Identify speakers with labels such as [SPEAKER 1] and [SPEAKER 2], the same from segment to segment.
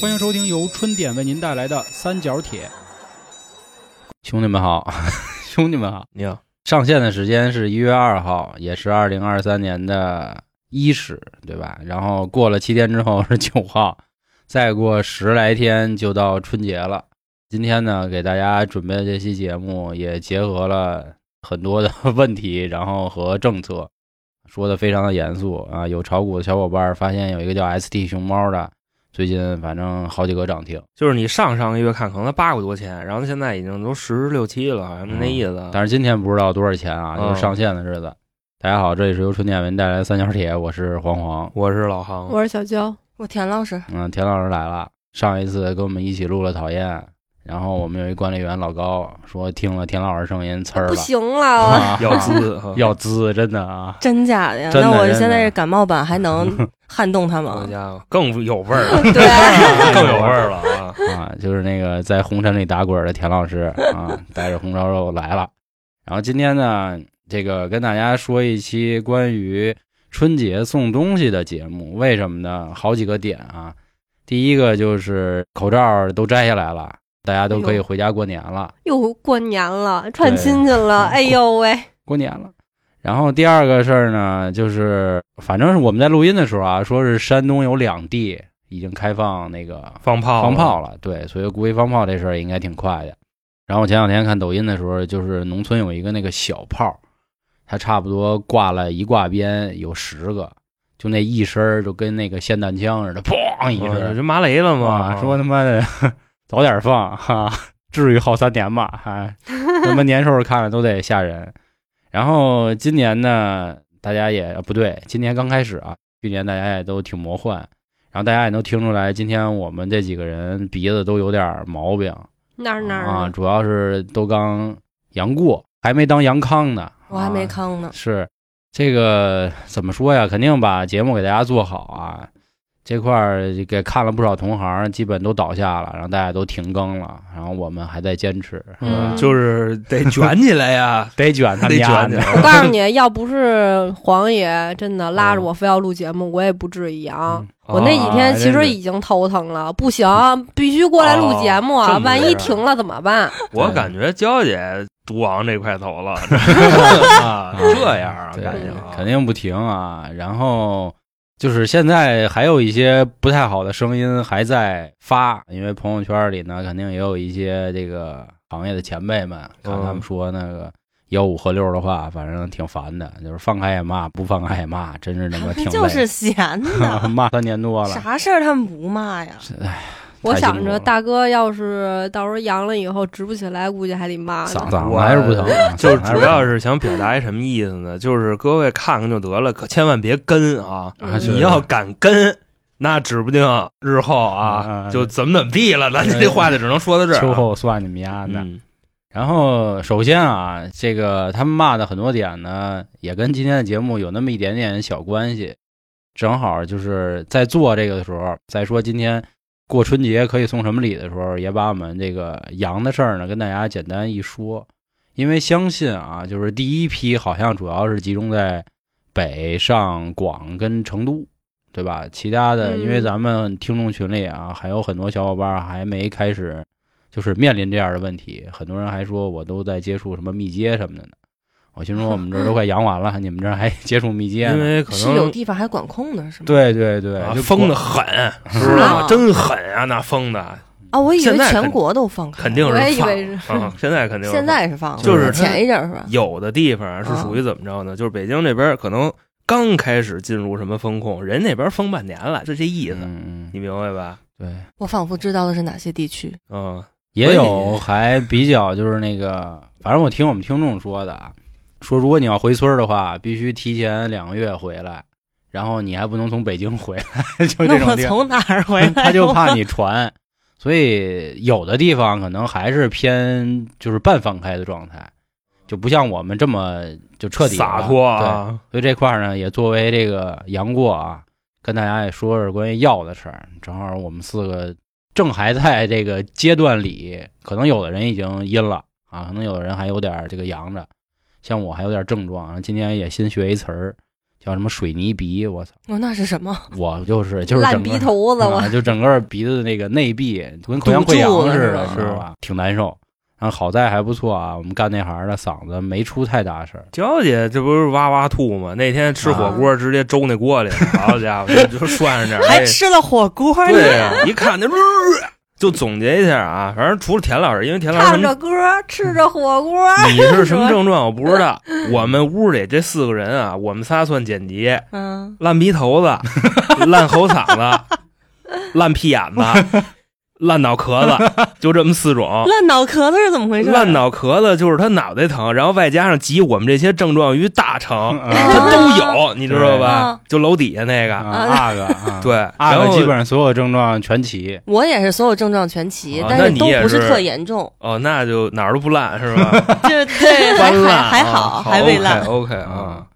[SPEAKER 1] 欢迎收听由春点为您带来的《三角铁》。
[SPEAKER 2] 兄弟们好， 兄弟们好，
[SPEAKER 3] 你好，
[SPEAKER 2] 上线的时间是一月二号，也是二零二三年的伊始，对吧？然后过了七天之后是九号，再过十来天就到春节了。今天呢，给大家准备的这期节目也结合了很多的 问题，然后和政策，说的非常的严肃啊。有炒股的小伙伴发现有一个叫 ST 熊猫的，最近反正好几个涨停，
[SPEAKER 3] 就是你上上个月看可能才八块多钱，然后现在已经都十六七了，好像那意思。
[SPEAKER 2] 嗯但是今天不知道多少钱啊，就是上线的日子。大家好，这里是由春点文带来的三角铁，我是黄黄。
[SPEAKER 3] 我是老航，
[SPEAKER 4] 我是小娇，
[SPEAKER 5] 我田老师，
[SPEAKER 2] 嗯，田老师来了，上一次跟我们一起录了讨厌，然后我们有一管理员老高说听了田老师声音呲儿
[SPEAKER 5] 不
[SPEAKER 2] 了，
[SPEAKER 5] 行了，我
[SPEAKER 2] 啊
[SPEAKER 3] 要资哈
[SPEAKER 2] 要滋，真的啊，
[SPEAKER 5] 真假的呀？
[SPEAKER 2] 真的
[SPEAKER 5] 那我
[SPEAKER 2] 真的
[SPEAKER 5] 现在这感冒版 还能撼动
[SPEAKER 3] 好
[SPEAKER 5] 他吗？
[SPEAKER 3] 家伙，更有味儿了，
[SPEAKER 5] 对，
[SPEAKER 3] 更有味儿了啊！
[SPEAKER 2] 啊，就是那个在红尘里打滚的田老师啊，带着红烧肉来了。然后今天呢，这个跟大家说一期关于春节送东西的节目，为什么呢？好几个点啊。第一个就是口罩都摘下来了，大家都可以回家过年了，
[SPEAKER 4] 又过年了，串亲戚了，
[SPEAKER 2] 对
[SPEAKER 4] 哎呦喂，
[SPEAKER 2] 过年了。然后第二个事儿呢，就是反正是我们在录音的时候啊，说是山东有两地已经开放那个
[SPEAKER 3] 放炮，
[SPEAKER 2] 放炮了，对，所以估计放炮这事儿应该挺快的。然后我前两天看抖音的时候，就是农村有一个那个小炮，它差不多挂了一挂边有十个，就那一声儿就跟那个霰弹枪似的，砰一
[SPEAKER 3] 嗯，
[SPEAKER 2] 声，
[SPEAKER 3] 这麻雷 了
[SPEAKER 2] 哇，
[SPEAKER 3] 吗？
[SPEAKER 2] 说他妈的 早点放哈、至于耗三年吗？哈、他妈年兽看着都得吓人。然后今年呢，大家也啊不对，今年刚开始啊，去年大家也都挺魔幻，然后大家也能听出来，今天我们这几个人鼻子都有点毛病
[SPEAKER 4] 哪儿哪儿
[SPEAKER 2] 啊，
[SPEAKER 4] 啊
[SPEAKER 2] 主要是都刚杨过，还没当杨康呢，
[SPEAKER 5] 我还没
[SPEAKER 2] 啊
[SPEAKER 5] 康呢。
[SPEAKER 2] 是这个怎么说呀？肯定把节目给大家做好啊。这块儿给看了不少同行，基本都倒下了，然后大家都停更了，然后我们还在坚持，，
[SPEAKER 5] 嗯
[SPEAKER 3] 就是得卷起来呀
[SPEAKER 2] 得 卷他们
[SPEAKER 3] 得
[SPEAKER 2] 家
[SPEAKER 3] 卷起
[SPEAKER 2] 的。
[SPEAKER 3] 来。
[SPEAKER 4] 我告诉你，要不是黄爷真的拉着我非要录节目，我也不至于
[SPEAKER 2] 嗯
[SPEAKER 4] 啊。 我那几天其实已经头疼了，不行，必须过来录节目啊！
[SPEAKER 3] 哦这么回事
[SPEAKER 4] 万一停了怎么办？
[SPEAKER 3] 我感觉娇姐独王这块头 了，啊这样啊，
[SPEAKER 2] 对
[SPEAKER 3] 感觉啊
[SPEAKER 2] 肯定不停啊。然后就是现在还有一些不太好的声音还在发，因为朋友圈里呢，肯定也有一些这个行业的前辈们，看他们说那个。幺五和六的话，反正挺烦的，就是放开也骂，不放开也骂，真是他 妈挺累。
[SPEAKER 5] 就是闲 的，
[SPEAKER 2] 骂三年多了，
[SPEAKER 5] 啥事儿他们不骂呀？
[SPEAKER 4] 我
[SPEAKER 2] 太
[SPEAKER 4] 想
[SPEAKER 2] 辛苦
[SPEAKER 4] 着
[SPEAKER 2] 了
[SPEAKER 4] 大哥要是到时候阳了以后直不起来，估计还得骂呢
[SPEAKER 2] 嗓 嗓子
[SPEAKER 3] 我
[SPEAKER 2] 还是不疼，啊
[SPEAKER 3] 就是
[SPEAKER 2] 嗓子还
[SPEAKER 3] 主要
[SPEAKER 2] 是
[SPEAKER 3] 是想表达一什么意思呢？就是各位看看就得了，可千万别跟啊！
[SPEAKER 2] 不疼啊
[SPEAKER 4] 是
[SPEAKER 3] 你要敢跟，那指不定日后啊
[SPEAKER 2] 啊
[SPEAKER 3] 就怎么怎么地了。咱
[SPEAKER 2] 对
[SPEAKER 3] 这话就只能说到这儿啊。
[SPEAKER 2] 秋后算你们丫的。
[SPEAKER 3] 嗯
[SPEAKER 2] 然后首先啊，这个他们骂的很多点呢，也跟今天的节目有那么一点点小关系。正好就是在做这个的时候，再说今天过春节可以送什么礼的时候，也把我们这个羊的事儿呢跟大家简单一说。因为相信啊，就是第一批好像主要是集中在北上广跟成都，对吧？其他的，
[SPEAKER 4] 嗯
[SPEAKER 2] 因为咱们听众群里啊，还有很多小伙伴还没开始，就是面临这样的问题。很多人还说我都在接触什么密接什么的呢。我心说我们这儿都快阳完了，你们这儿还接触密接呢？
[SPEAKER 3] 因为可
[SPEAKER 5] 是有
[SPEAKER 3] 能
[SPEAKER 5] 地方还管控呢，是吗？
[SPEAKER 2] 对对对，
[SPEAKER 3] 啊
[SPEAKER 2] 就嗯
[SPEAKER 3] 封
[SPEAKER 2] 广
[SPEAKER 3] 的狠，知道吗？
[SPEAKER 5] 啊
[SPEAKER 3] 真狠啊！那封的
[SPEAKER 5] 啊，我以
[SPEAKER 3] 现
[SPEAKER 5] 为
[SPEAKER 3] 在肯
[SPEAKER 5] 全国都放开，
[SPEAKER 3] 肯定
[SPEAKER 4] 我也
[SPEAKER 3] 是
[SPEAKER 4] 以
[SPEAKER 3] 放
[SPEAKER 4] 为
[SPEAKER 3] 啊，现在肯定是
[SPEAKER 5] 现在是放了，
[SPEAKER 3] 就是
[SPEAKER 5] 前一阵儿是吧？
[SPEAKER 3] 有的地方是属于怎么着呢？就是北京这边可能刚开始进入什么风控，人那边封半年了，是这意思，
[SPEAKER 2] 嗯，嗯
[SPEAKER 3] 你明白吧？
[SPEAKER 2] 对，
[SPEAKER 5] 我仿佛知道的是哪些地区，
[SPEAKER 3] 嗯，
[SPEAKER 2] 也有还比较就是那个，反正我听我们听众说的啊，说如果你要回村儿的话，必须提前两个月回来，然后你还不能从北京回来， 就这
[SPEAKER 5] 那
[SPEAKER 2] 种
[SPEAKER 5] 我
[SPEAKER 2] 地儿
[SPEAKER 5] 从哪儿回来？
[SPEAKER 2] 他就
[SPEAKER 4] 哎
[SPEAKER 2] 怕你传，所以有的地方可能还是偏就是半放开的状态，就不像我们这么就彻底了
[SPEAKER 3] 洒脱
[SPEAKER 2] 对
[SPEAKER 3] 啊！
[SPEAKER 2] 所以这块儿呢，也作为这个杨过啊，跟大家也说说关于药的事儿。正好我们四个正还在这个阶段里，可能有的人已经阴了啊，可能有的人还有点儿这个阳着，像我还有点症状啊。今天也新学一词儿，叫什么水泥鼻，我操，
[SPEAKER 5] 哦，那是什么？
[SPEAKER 2] 我就是就是
[SPEAKER 4] 烂
[SPEAKER 2] 整个
[SPEAKER 4] 鼻 头子，我
[SPEAKER 2] 啊，就整个鼻子的那个内壁跟溃疡
[SPEAKER 5] 堵
[SPEAKER 2] 溃
[SPEAKER 5] 住
[SPEAKER 2] 疡
[SPEAKER 5] 了
[SPEAKER 2] 似
[SPEAKER 5] 是
[SPEAKER 2] 的，
[SPEAKER 5] 吧
[SPEAKER 2] 你知道吧？挺难受。然后好在还不错啊，我们干那行的嗓子没出太大事儿。
[SPEAKER 3] 娇姐这不是哇哇吐吗？那天吃火锅直接周那锅里，好家伙，就就涮着点儿，
[SPEAKER 5] 还
[SPEAKER 3] 哎
[SPEAKER 5] 吃了火锅呢？
[SPEAKER 3] 对呀，一看那，就总结一下啊，反正除了田老师，因为田老师什
[SPEAKER 4] 唱
[SPEAKER 3] 么
[SPEAKER 4] 着歌，吃着火锅，
[SPEAKER 3] 你是什么症状我不知道。我们屋里这四个人啊，我们仨算简洁，
[SPEAKER 5] 嗯，
[SPEAKER 3] 烂鼻头子、烂喉嗓子、烂屁眼子、烂脑壳子，就这么四种。
[SPEAKER 5] 烂脑壳子是怎么回事？啊
[SPEAKER 3] 烂脑壳子就是他脑袋疼，然后外加上集我们这些症状于大成，
[SPEAKER 2] 啊
[SPEAKER 3] 他都有，你知道吧
[SPEAKER 5] 啊？
[SPEAKER 3] 就楼底下那个，
[SPEAKER 2] 啊个 啊，
[SPEAKER 3] 对，
[SPEAKER 2] 啊
[SPEAKER 3] 然
[SPEAKER 2] 个
[SPEAKER 3] 后
[SPEAKER 2] 基本上所有症状全齐。
[SPEAKER 5] 我也是所有症状全齐，
[SPEAKER 3] 啊
[SPEAKER 5] 但
[SPEAKER 3] 那
[SPEAKER 5] 是
[SPEAKER 3] 你
[SPEAKER 5] 都
[SPEAKER 3] 也
[SPEAKER 5] 不是
[SPEAKER 3] 是
[SPEAKER 5] 特严重，
[SPEAKER 3] 哦，那就哪儿都不烂是 吧？
[SPEAKER 5] 就 对，还
[SPEAKER 3] 翻烂
[SPEAKER 5] 还还好，还未烂。
[SPEAKER 3] OK
[SPEAKER 2] 啊
[SPEAKER 3] 啊，。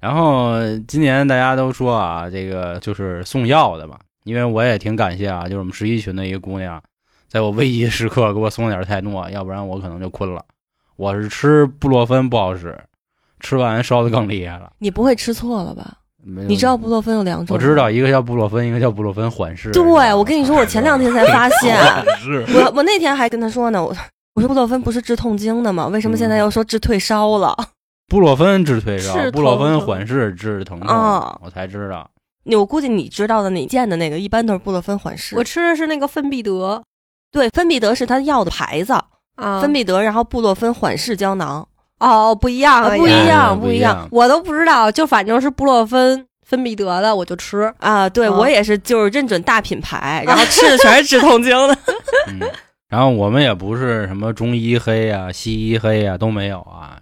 [SPEAKER 2] 然后今年大家都说啊，这个就是送药的吧，因为我也挺感谢啊，就是我们十一群的一个姑娘，在我危急时刻给我送了点泰诺，要不然我可能就困了。我是吃布洛芬不好使，吃完烧的更厉害了。
[SPEAKER 5] 你不会吃错了吧？
[SPEAKER 2] 没有
[SPEAKER 5] 你知道布洛芬有两种？
[SPEAKER 2] 我知道。一个叫布洛芬，一个叫布洛芬缓释。
[SPEAKER 5] 对，我跟你说，我前两天才发现，
[SPEAKER 3] 是
[SPEAKER 5] 我我那天还跟他说呢，我我说布洛芬不是治痛经的吗？为什么
[SPEAKER 2] 嗯
[SPEAKER 5] 现在又说治退烧了？
[SPEAKER 2] 布洛芬治退烧，
[SPEAKER 5] 是
[SPEAKER 2] 布洛芬
[SPEAKER 5] 疼痛
[SPEAKER 2] 缓释治疼痛，
[SPEAKER 5] 哦
[SPEAKER 2] 我才知道。
[SPEAKER 5] 你我估计你知道的，你见的那个一般都是布洛芬缓释。
[SPEAKER 4] 我吃的是那个芬必得
[SPEAKER 5] 对芬必得是它药的牌子，
[SPEAKER 4] 啊，
[SPEAKER 5] 芬必得，然后布洛芬缓释胶囊。
[SPEAKER 4] 哦不一样啊，
[SPEAKER 5] 啊不
[SPEAKER 4] 也
[SPEAKER 5] 一样
[SPEAKER 2] 嗯不
[SPEAKER 5] 不
[SPEAKER 2] 一
[SPEAKER 5] 一
[SPEAKER 2] 样。
[SPEAKER 4] 我都不知道，就反正是布洛芬芬必得的，我就吃。
[SPEAKER 5] 啊，对、
[SPEAKER 4] 嗯
[SPEAKER 5] 我也是，就是认准大品牌， 然后吃的全是治痛经的。
[SPEAKER 2] 嗯，然后我们也不是什么中医黑啊、西医黑啊都没有啊，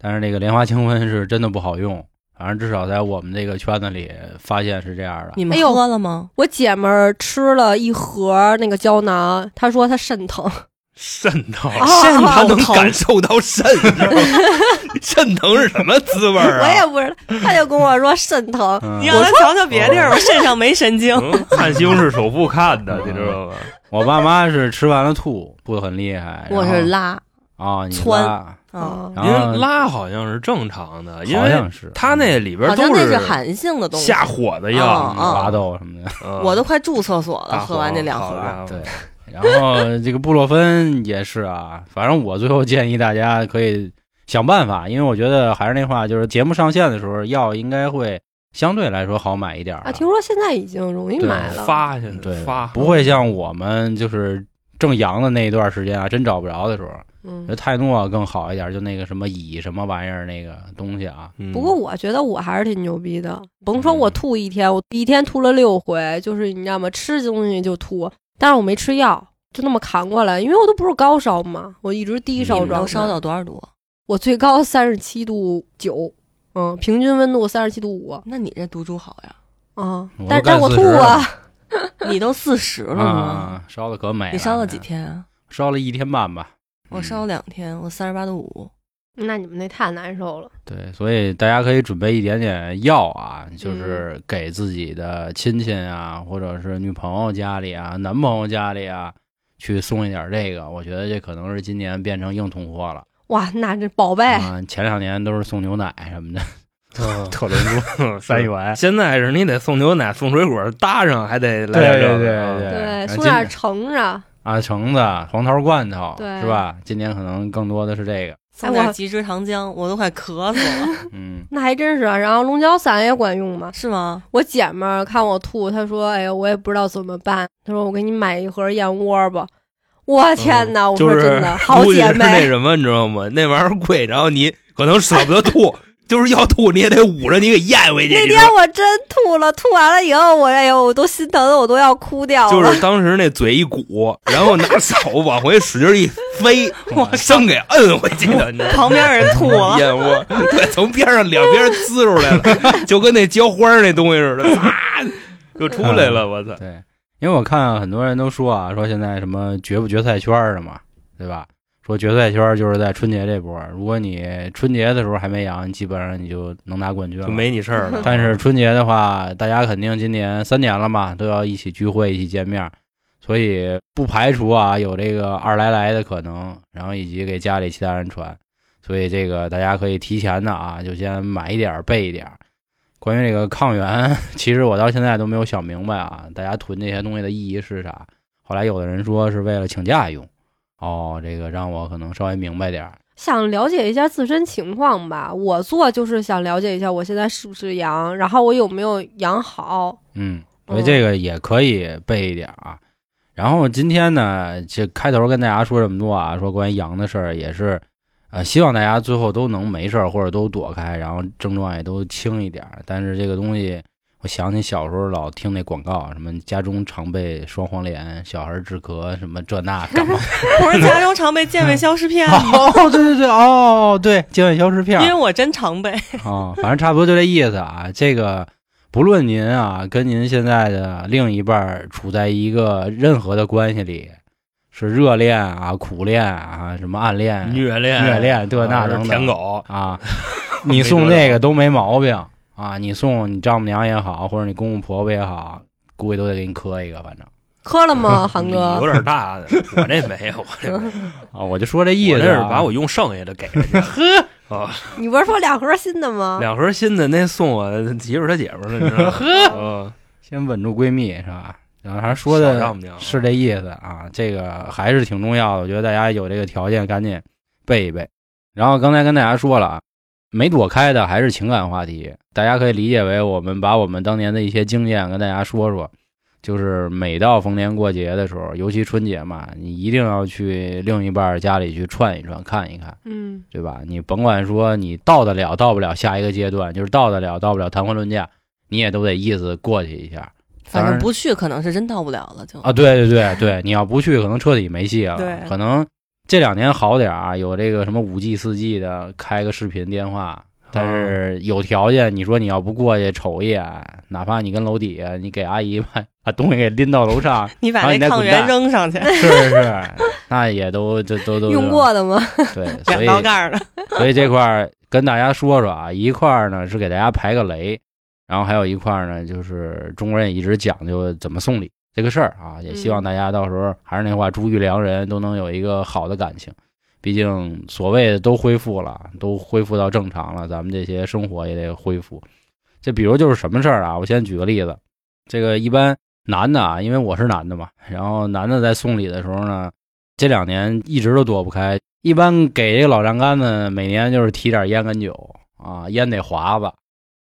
[SPEAKER 2] 但是那个莲花清瘟是真的不好用，反正至少在我们这个圈子里发现是这样的。
[SPEAKER 5] 你们
[SPEAKER 4] 哎呦
[SPEAKER 5] 喝了吗？
[SPEAKER 4] 我姐们儿吃了一盒那个胶囊，她说她肾疼，
[SPEAKER 3] 肾疼，
[SPEAKER 4] 哦肾
[SPEAKER 3] 他能
[SPEAKER 5] 啊疼
[SPEAKER 3] 感受到肾，你知道吗肾疼是什么滋味儿
[SPEAKER 4] 我也
[SPEAKER 3] 啊？
[SPEAKER 4] 不知道，她就跟我说肾疼。
[SPEAKER 2] 嗯，
[SPEAKER 5] 让他瞧瞧别地 儿吧，肾上没 神经。
[SPEAKER 3] 嗯看西红柿首富看的，
[SPEAKER 2] 嗯
[SPEAKER 3] 你知道吗？
[SPEAKER 2] 我爸妈是吃完了吐，吐的很厉害。
[SPEAKER 5] 我是拉
[SPEAKER 2] 啊，你
[SPEAKER 5] 窜
[SPEAKER 2] 拉，
[SPEAKER 5] 啊，
[SPEAKER 4] 啊
[SPEAKER 2] 然
[SPEAKER 3] 因
[SPEAKER 2] 后
[SPEAKER 3] 为拉好像是正常的，因
[SPEAKER 2] 好
[SPEAKER 3] 为
[SPEAKER 2] 像是
[SPEAKER 3] 他那里边
[SPEAKER 5] 好像
[SPEAKER 3] 都
[SPEAKER 5] 那是寒性的东西。
[SPEAKER 3] 下火的
[SPEAKER 5] 哦
[SPEAKER 3] 药，
[SPEAKER 5] 哦
[SPEAKER 2] 嗯拉豆什么的。
[SPEAKER 3] 嗯
[SPEAKER 5] 我都快住厕所
[SPEAKER 3] 大
[SPEAKER 5] 了，喝完那两
[SPEAKER 3] 好
[SPEAKER 5] 盒。
[SPEAKER 3] 家伙
[SPEAKER 2] 对，啊 然后这个布洛芬也是啊，反正我最后建议大家可以想办法，因为我觉得还是那话，就是节目上线的时候药应该会相对来说好买一点儿
[SPEAKER 4] 啊，听说现在已经容易
[SPEAKER 2] 对
[SPEAKER 4] 买了，
[SPEAKER 3] 发现
[SPEAKER 2] 对
[SPEAKER 3] 发
[SPEAKER 2] 不会像我们就是正阳的那一段时间啊，真找不着的时候，
[SPEAKER 4] 嗯
[SPEAKER 2] 那。泰诺更好一点，就那个什么乙什么玩意儿那个东西啊，
[SPEAKER 3] 嗯
[SPEAKER 4] 不过我觉得我还是挺牛逼的，甭说我吐一天，我一天吐了六回，就是你知道吗？吃东西就吐，但是我没吃药，就那么扛过来，因为我都不是高烧嘛，我一直低烧
[SPEAKER 2] 你
[SPEAKER 5] 你
[SPEAKER 2] 们
[SPEAKER 4] 状
[SPEAKER 5] 能
[SPEAKER 4] 态，
[SPEAKER 5] 烧到多少度？
[SPEAKER 4] 我最高三十七度九，嗯，平均温度三十七度五，
[SPEAKER 5] 那你这毒株好呀，
[SPEAKER 4] 啊
[SPEAKER 2] 我都，
[SPEAKER 4] 但
[SPEAKER 2] 干
[SPEAKER 4] 但我
[SPEAKER 2] 40
[SPEAKER 4] 吐啊，
[SPEAKER 5] 你都四十了吗？
[SPEAKER 2] 啊，烧的可美了。
[SPEAKER 5] 嗯你烧了几？天啊？
[SPEAKER 2] 烧了一天半吧。嗯
[SPEAKER 5] 我烧了两天，我三十八度五。
[SPEAKER 4] 那你们那太难受了，
[SPEAKER 2] 对，所以大家可以准备一点点药啊，就是给自己的亲戚啊，或者是女朋友家里啊、男朋友家里啊，去送一点这个。我觉得这可能是今年变成硬通货了。
[SPEAKER 4] 哇，那这宝贝，
[SPEAKER 2] 啊，前两年都是送牛奶什么的， 特仑苏三元。
[SPEAKER 3] 现在是你得送牛奶、送水果，搭上还得来
[SPEAKER 2] 对
[SPEAKER 3] 点这个
[SPEAKER 2] 对
[SPEAKER 3] 啊
[SPEAKER 2] 对
[SPEAKER 4] 对，
[SPEAKER 2] 啊
[SPEAKER 4] 送
[SPEAKER 2] 今
[SPEAKER 4] 点橙子，
[SPEAKER 2] 啊，橙子、黄桃罐头，
[SPEAKER 4] 对
[SPEAKER 2] 是吧？今年可能更多的是这个，
[SPEAKER 5] 送
[SPEAKER 4] 我
[SPEAKER 5] 点极致糖浆，我都快咳死了，
[SPEAKER 2] 嗯，
[SPEAKER 4] 那还真是啊。然后龙角散也管用嘛，
[SPEAKER 5] 是 吗？
[SPEAKER 4] 我姐们儿看我吐，她说：“哎呀，我也不知道怎么办。”她说：“我给你买一盒燕窝吧。”我天哪！我
[SPEAKER 3] 嗯就是
[SPEAKER 4] 说真的，好
[SPEAKER 3] 估计
[SPEAKER 4] 姐
[SPEAKER 3] 是那
[SPEAKER 4] 妹，
[SPEAKER 3] 什么，你知道吗？那玩意儿贵，然后你可能舍不得吐，就是要吐你也得捂着你给咽回去。
[SPEAKER 4] 那
[SPEAKER 3] 你知
[SPEAKER 4] 天
[SPEAKER 3] 道吗
[SPEAKER 4] 我真吐了，吐完了以后，我哎呦，我都心疼的，我都要哭掉
[SPEAKER 3] 就
[SPEAKER 4] 了。
[SPEAKER 3] 是当时那嘴一鼓，然后拿手往回使劲一飞，
[SPEAKER 2] 我
[SPEAKER 3] 生给摁回去 了，你知道吗
[SPEAKER 5] 旁边有人吐了，
[SPEAKER 3] 燕窝，对，从边上两边呲出来了， 就跟那浇花那东西似的，唰就出来了。我操！
[SPEAKER 2] 对，因为我看很多人都说啊，说现在什么决不决赛圈儿的嘛，对吧？说决赛圈儿就是在春节这波儿，如果你春节的时候还没阳，基本上你就能拿冠军了。
[SPEAKER 3] 就没你事 儿了。
[SPEAKER 2] 但是春节的话，大家肯定今年三年了嘛，都要一起聚会，一起见面儿，所以不排除啊有这个二来来的可能，然后以及给家里其他人传，所以这个大家可以提前的啊，就先买一点儿备一点儿，关于这个抗原，其实我到现在都没有想明白啊，大家囤这些东西的意义是啥？后来有的人说是为了请假用，哦，这个让我可能稍微明白点儿。
[SPEAKER 4] 想了解一下自身情况吧。我做就是想了解一下我现在是不是阳，然后我有没有阳好。
[SPEAKER 2] 嗯，我觉得这个也可以备一点啊。然后今天呢，这开头跟大家说这么多啊，说关于羊的事儿，也是，呃，希望大家最后都能没事儿或者都躲开，然后症状也都轻一点儿。但是这个东西，我想起小时候老听那广告，什么家中常备双黄连，小孩治咳，什么这那感冒。
[SPEAKER 5] 不是家中常备健胃消食片吗，
[SPEAKER 2] 哦，对对对，哦对，健胃消食片儿。
[SPEAKER 5] 因为我真常备。
[SPEAKER 2] 啊、反正差不多就这意思啊。这个不论您啊跟您现在的另一半儿处在一个任何的关系里，是热恋啊、苦恋啊、什么暗恋、
[SPEAKER 3] 虐恋
[SPEAKER 2] 虐恋这那
[SPEAKER 3] 啊
[SPEAKER 2] 等等
[SPEAKER 3] 舔狗，
[SPEAKER 2] 啊，
[SPEAKER 3] 没
[SPEAKER 2] 你送
[SPEAKER 3] 辙
[SPEAKER 2] 这个都没毛病啊。你送你丈母娘也好，或者你公公婆婆也好，估计都得给你磕一个，反正
[SPEAKER 4] 磕了吗，韩
[SPEAKER 3] 有
[SPEAKER 4] 哥？
[SPEAKER 3] 点大，我这没有，我 这没有
[SPEAKER 2] 啊，我就说这意
[SPEAKER 3] 我
[SPEAKER 2] 思、
[SPEAKER 3] 这是把
[SPEAKER 2] 啊。
[SPEAKER 3] 我用剩下的给人家，呵啊，
[SPEAKER 4] 你不是说两盒新的吗？
[SPEAKER 3] 两盒新的那送我媳妇儿她姐夫了，你知道 吗？
[SPEAKER 4] 嗯
[SPEAKER 3] 呵，
[SPEAKER 2] 先稳住闺蜜是吧？然后还说的
[SPEAKER 3] 小丈母娘
[SPEAKER 2] 是这意思啊，这个还是挺重要的。我觉得大家有这个条件，赶紧备一备。然后刚才跟大家说了啊，没躲开的还是情感话题，大家可以理解为我们把我们当年的一些经验跟大家说说。就是每到逢年过节的时候，尤其春节嘛，你一定要去另一半家里去串一串、看一看，
[SPEAKER 4] 嗯，
[SPEAKER 2] 对吧？你甭管说你到得了到不了下一个阶段，就是到得了到不了谈婚论嫁，你也都得意思过去一下。
[SPEAKER 5] 反
[SPEAKER 2] 当
[SPEAKER 5] 正
[SPEAKER 2] 然
[SPEAKER 5] 不去可能是真到不了了，就
[SPEAKER 2] 啊，对对对对，你要不去，可能彻底没戏了。
[SPEAKER 5] 对
[SPEAKER 2] 可能这两年好点儿啊，有这个什么五 G、四 G 的，开个视频电话。但是有条件，你说你要不过去瞅一眼，哪怕你跟楼底下，你给阿姨把把东西给拎到楼上，
[SPEAKER 5] 你把
[SPEAKER 2] 然后你再
[SPEAKER 5] 那抗
[SPEAKER 2] 滚
[SPEAKER 5] 原
[SPEAKER 2] 蛋
[SPEAKER 5] 扔上去，
[SPEAKER 2] 是是是， 那也都这都都
[SPEAKER 4] 用过的吗？
[SPEAKER 2] 对，所
[SPEAKER 5] 两
[SPEAKER 2] 以
[SPEAKER 5] 道盖儿的。
[SPEAKER 2] 所以这块儿跟大家说说啊，一块儿呢是给大家排个雷，然后还有一块儿呢就是中国人也一直讲究怎么送礼这个事儿啊，也希望大家到时候还是那话，珠玉良人都能有一个好的感情。毕竟所谓的都恢复了，都恢复到正常了，咱们这些生活也得恢复。这比如就是什么事儿啊？我先举个例子，这个一般男的啊，因为我是男的嘛，然后男的在送礼的时候呢，这两年一直都躲不开，一般给这个老丈杆子每年就是提点烟跟酒啊，烟得划吧，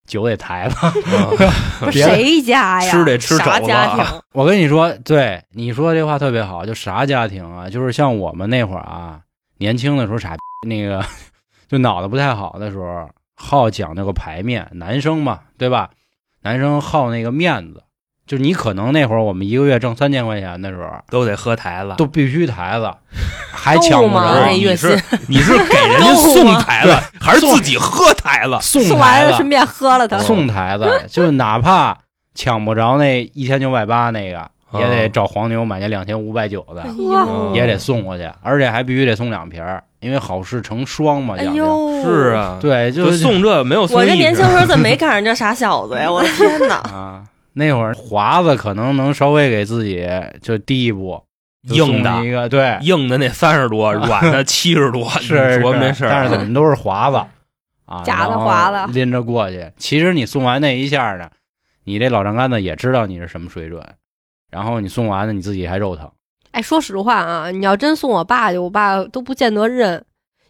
[SPEAKER 2] 酒得抬吧。
[SPEAKER 4] 不是
[SPEAKER 2] 别的
[SPEAKER 4] 谁家呀？
[SPEAKER 3] 啊吃得吃
[SPEAKER 5] 哎啥
[SPEAKER 3] 肘子
[SPEAKER 5] 家
[SPEAKER 3] 啊，
[SPEAKER 5] 庭？
[SPEAKER 2] 我跟你说，对你说这话特别好，就啥家庭啊，就是像我们那会儿啊，年轻的时候傻逼 那个，就脑子不太好的时候，好讲究个排面，男生嘛，对吧？男生好那个面子，就是你可能那会儿我们一个月挣三千块钱的时候，
[SPEAKER 3] 都得喝台子，
[SPEAKER 2] 都必须抬子，还抢不
[SPEAKER 5] 够吗
[SPEAKER 2] 着
[SPEAKER 5] 那月
[SPEAKER 3] 你
[SPEAKER 5] 薪
[SPEAKER 3] 是你是给人家
[SPEAKER 5] 够
[SPEAKER 3] 送
[SPEAKER 5] 吗
[SPEAKER 3] 台子，还是自己喝台子？
[SPEAKER 2] 送啊
[SPEAKER 4] 送
[SPEAKER 2] 台
[SPEAKER 4] 完了
[SPEAKER 2] 子
[SPEAKER 4] 顺便喝了它。
[SPEAKER 2] 送台子，就是哪怕抢不着那一千九百八那个，
[SPEAKER 3] 哦
[SPEAKER 2] 也
[SPEAKER 3] 啊
[SPEAKER 2] 得找黄牛买那两千五百九
[SPEAKER 4] 哎
[SPEAKER 2] 的，
[SPEAKER 4] 哇
[SPEAKER 2] 也得送过去，而且还必须得送两瓶儿，因为好事成双嘛，
[SPEAKER 5] 哎
[SPEAKER 2] 讲究。
[SPEAKER 5] 呦，
[SPEAKER 3] 是。啊，，
[SPEAKER 2] 对，
[SPEAKER 3] 就
[SPEAKER 2] 就是
[SPEAKER 3] 送这没有送
[SPEAKER 5] 我
[SPEAKER 3] 一
[SPEAKER 5] 这
[SPEAKER 3] 只
[SPEAKER 5] 年轻时候怎么没赶上这傻小子呀？我的 天哪！
[SPEAKER 2] 啊，那会儿华子可能能稍微给自己就第一步就
[SPEAKER 3] 硬的
[SPEAKER 2] 送一个，对，
[SPEAKER 3] 硬的那三十 多，软的七十多，你
[SPEAKER 2] 是
[SPEAKER 3] 说
[SPEAKER 2] 是
[SPEAKER 3] 没事儿，
[SPEAKER 2] 但是怎么都是华子啊，
[SPEAKER 4] 假的
[SPEAKER 2] 然后
[SPEAKER 4] 华子
[SPEAKER 2] 拎着过去。其实你送完那一下呢，你这老丈杆子也知道你是什么水准，然后你送完了你自己还肉疼。
[SPEAKER 4] 哎，说实话啊，你要真送我爸去，我爸都不见得认，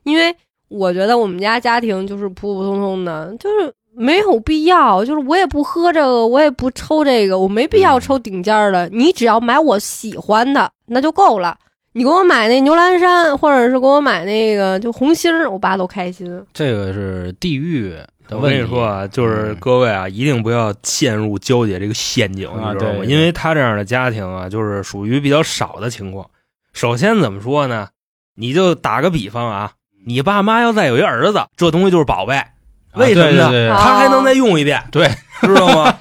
[SPEAKER 4] 因为我觉得我们家家庭就是普普通通的，就是没有必要，就是我也不喝这个，我也不抽这个，我没必
[SPEAKER 3] 嗯
[SPEAKER 4] 要抽顶尖儿的。你只要买我喜欢的，那就够了。你给我买那牛栏山，或者是给我买那个就红心儿，我爸都开心。
[SPEAKER 3] 嗯
[SPEAKER 2] 这个是地域的
[SPEAKER 3] 我
[SPEAKER 2] 问
[SPEAKER 3] 跟
[SPEAKER 2] 题。
[SPEAKER 3] 你说啊，就是
[SPEAKER 2] 嗯
[SPEAKER 3] 各位啊，一定不要陷入娇姐这个陷阱，
[SPEAKER 2] 啊
[SPEAKER 3] 你知道
[SPEAKER 2] 对
[SPEAKER 3] 吗？
[SPEAKER 2] 对
[SPEAKER 3] 因为他这样的家庭啊，就是属于比较少的情况。首先怎么说呢？你就打个比方啊，你爸妈要再有一儿子，这东西就是宝贝，
[SPEAKER 4] 哦
[SPEAKER 2] 啊
[SPEAKER 3] 为什么
[SPEAKER 2] 对
[SPEAKER 3] 呢？
[SPEAKER 2] 对对
[SPEAKER 4] 啊
[SPEAKER 3] 他还能再用一遍，
[SPEAKER 2] 对，
[SPEAKER 3] 知道 吗？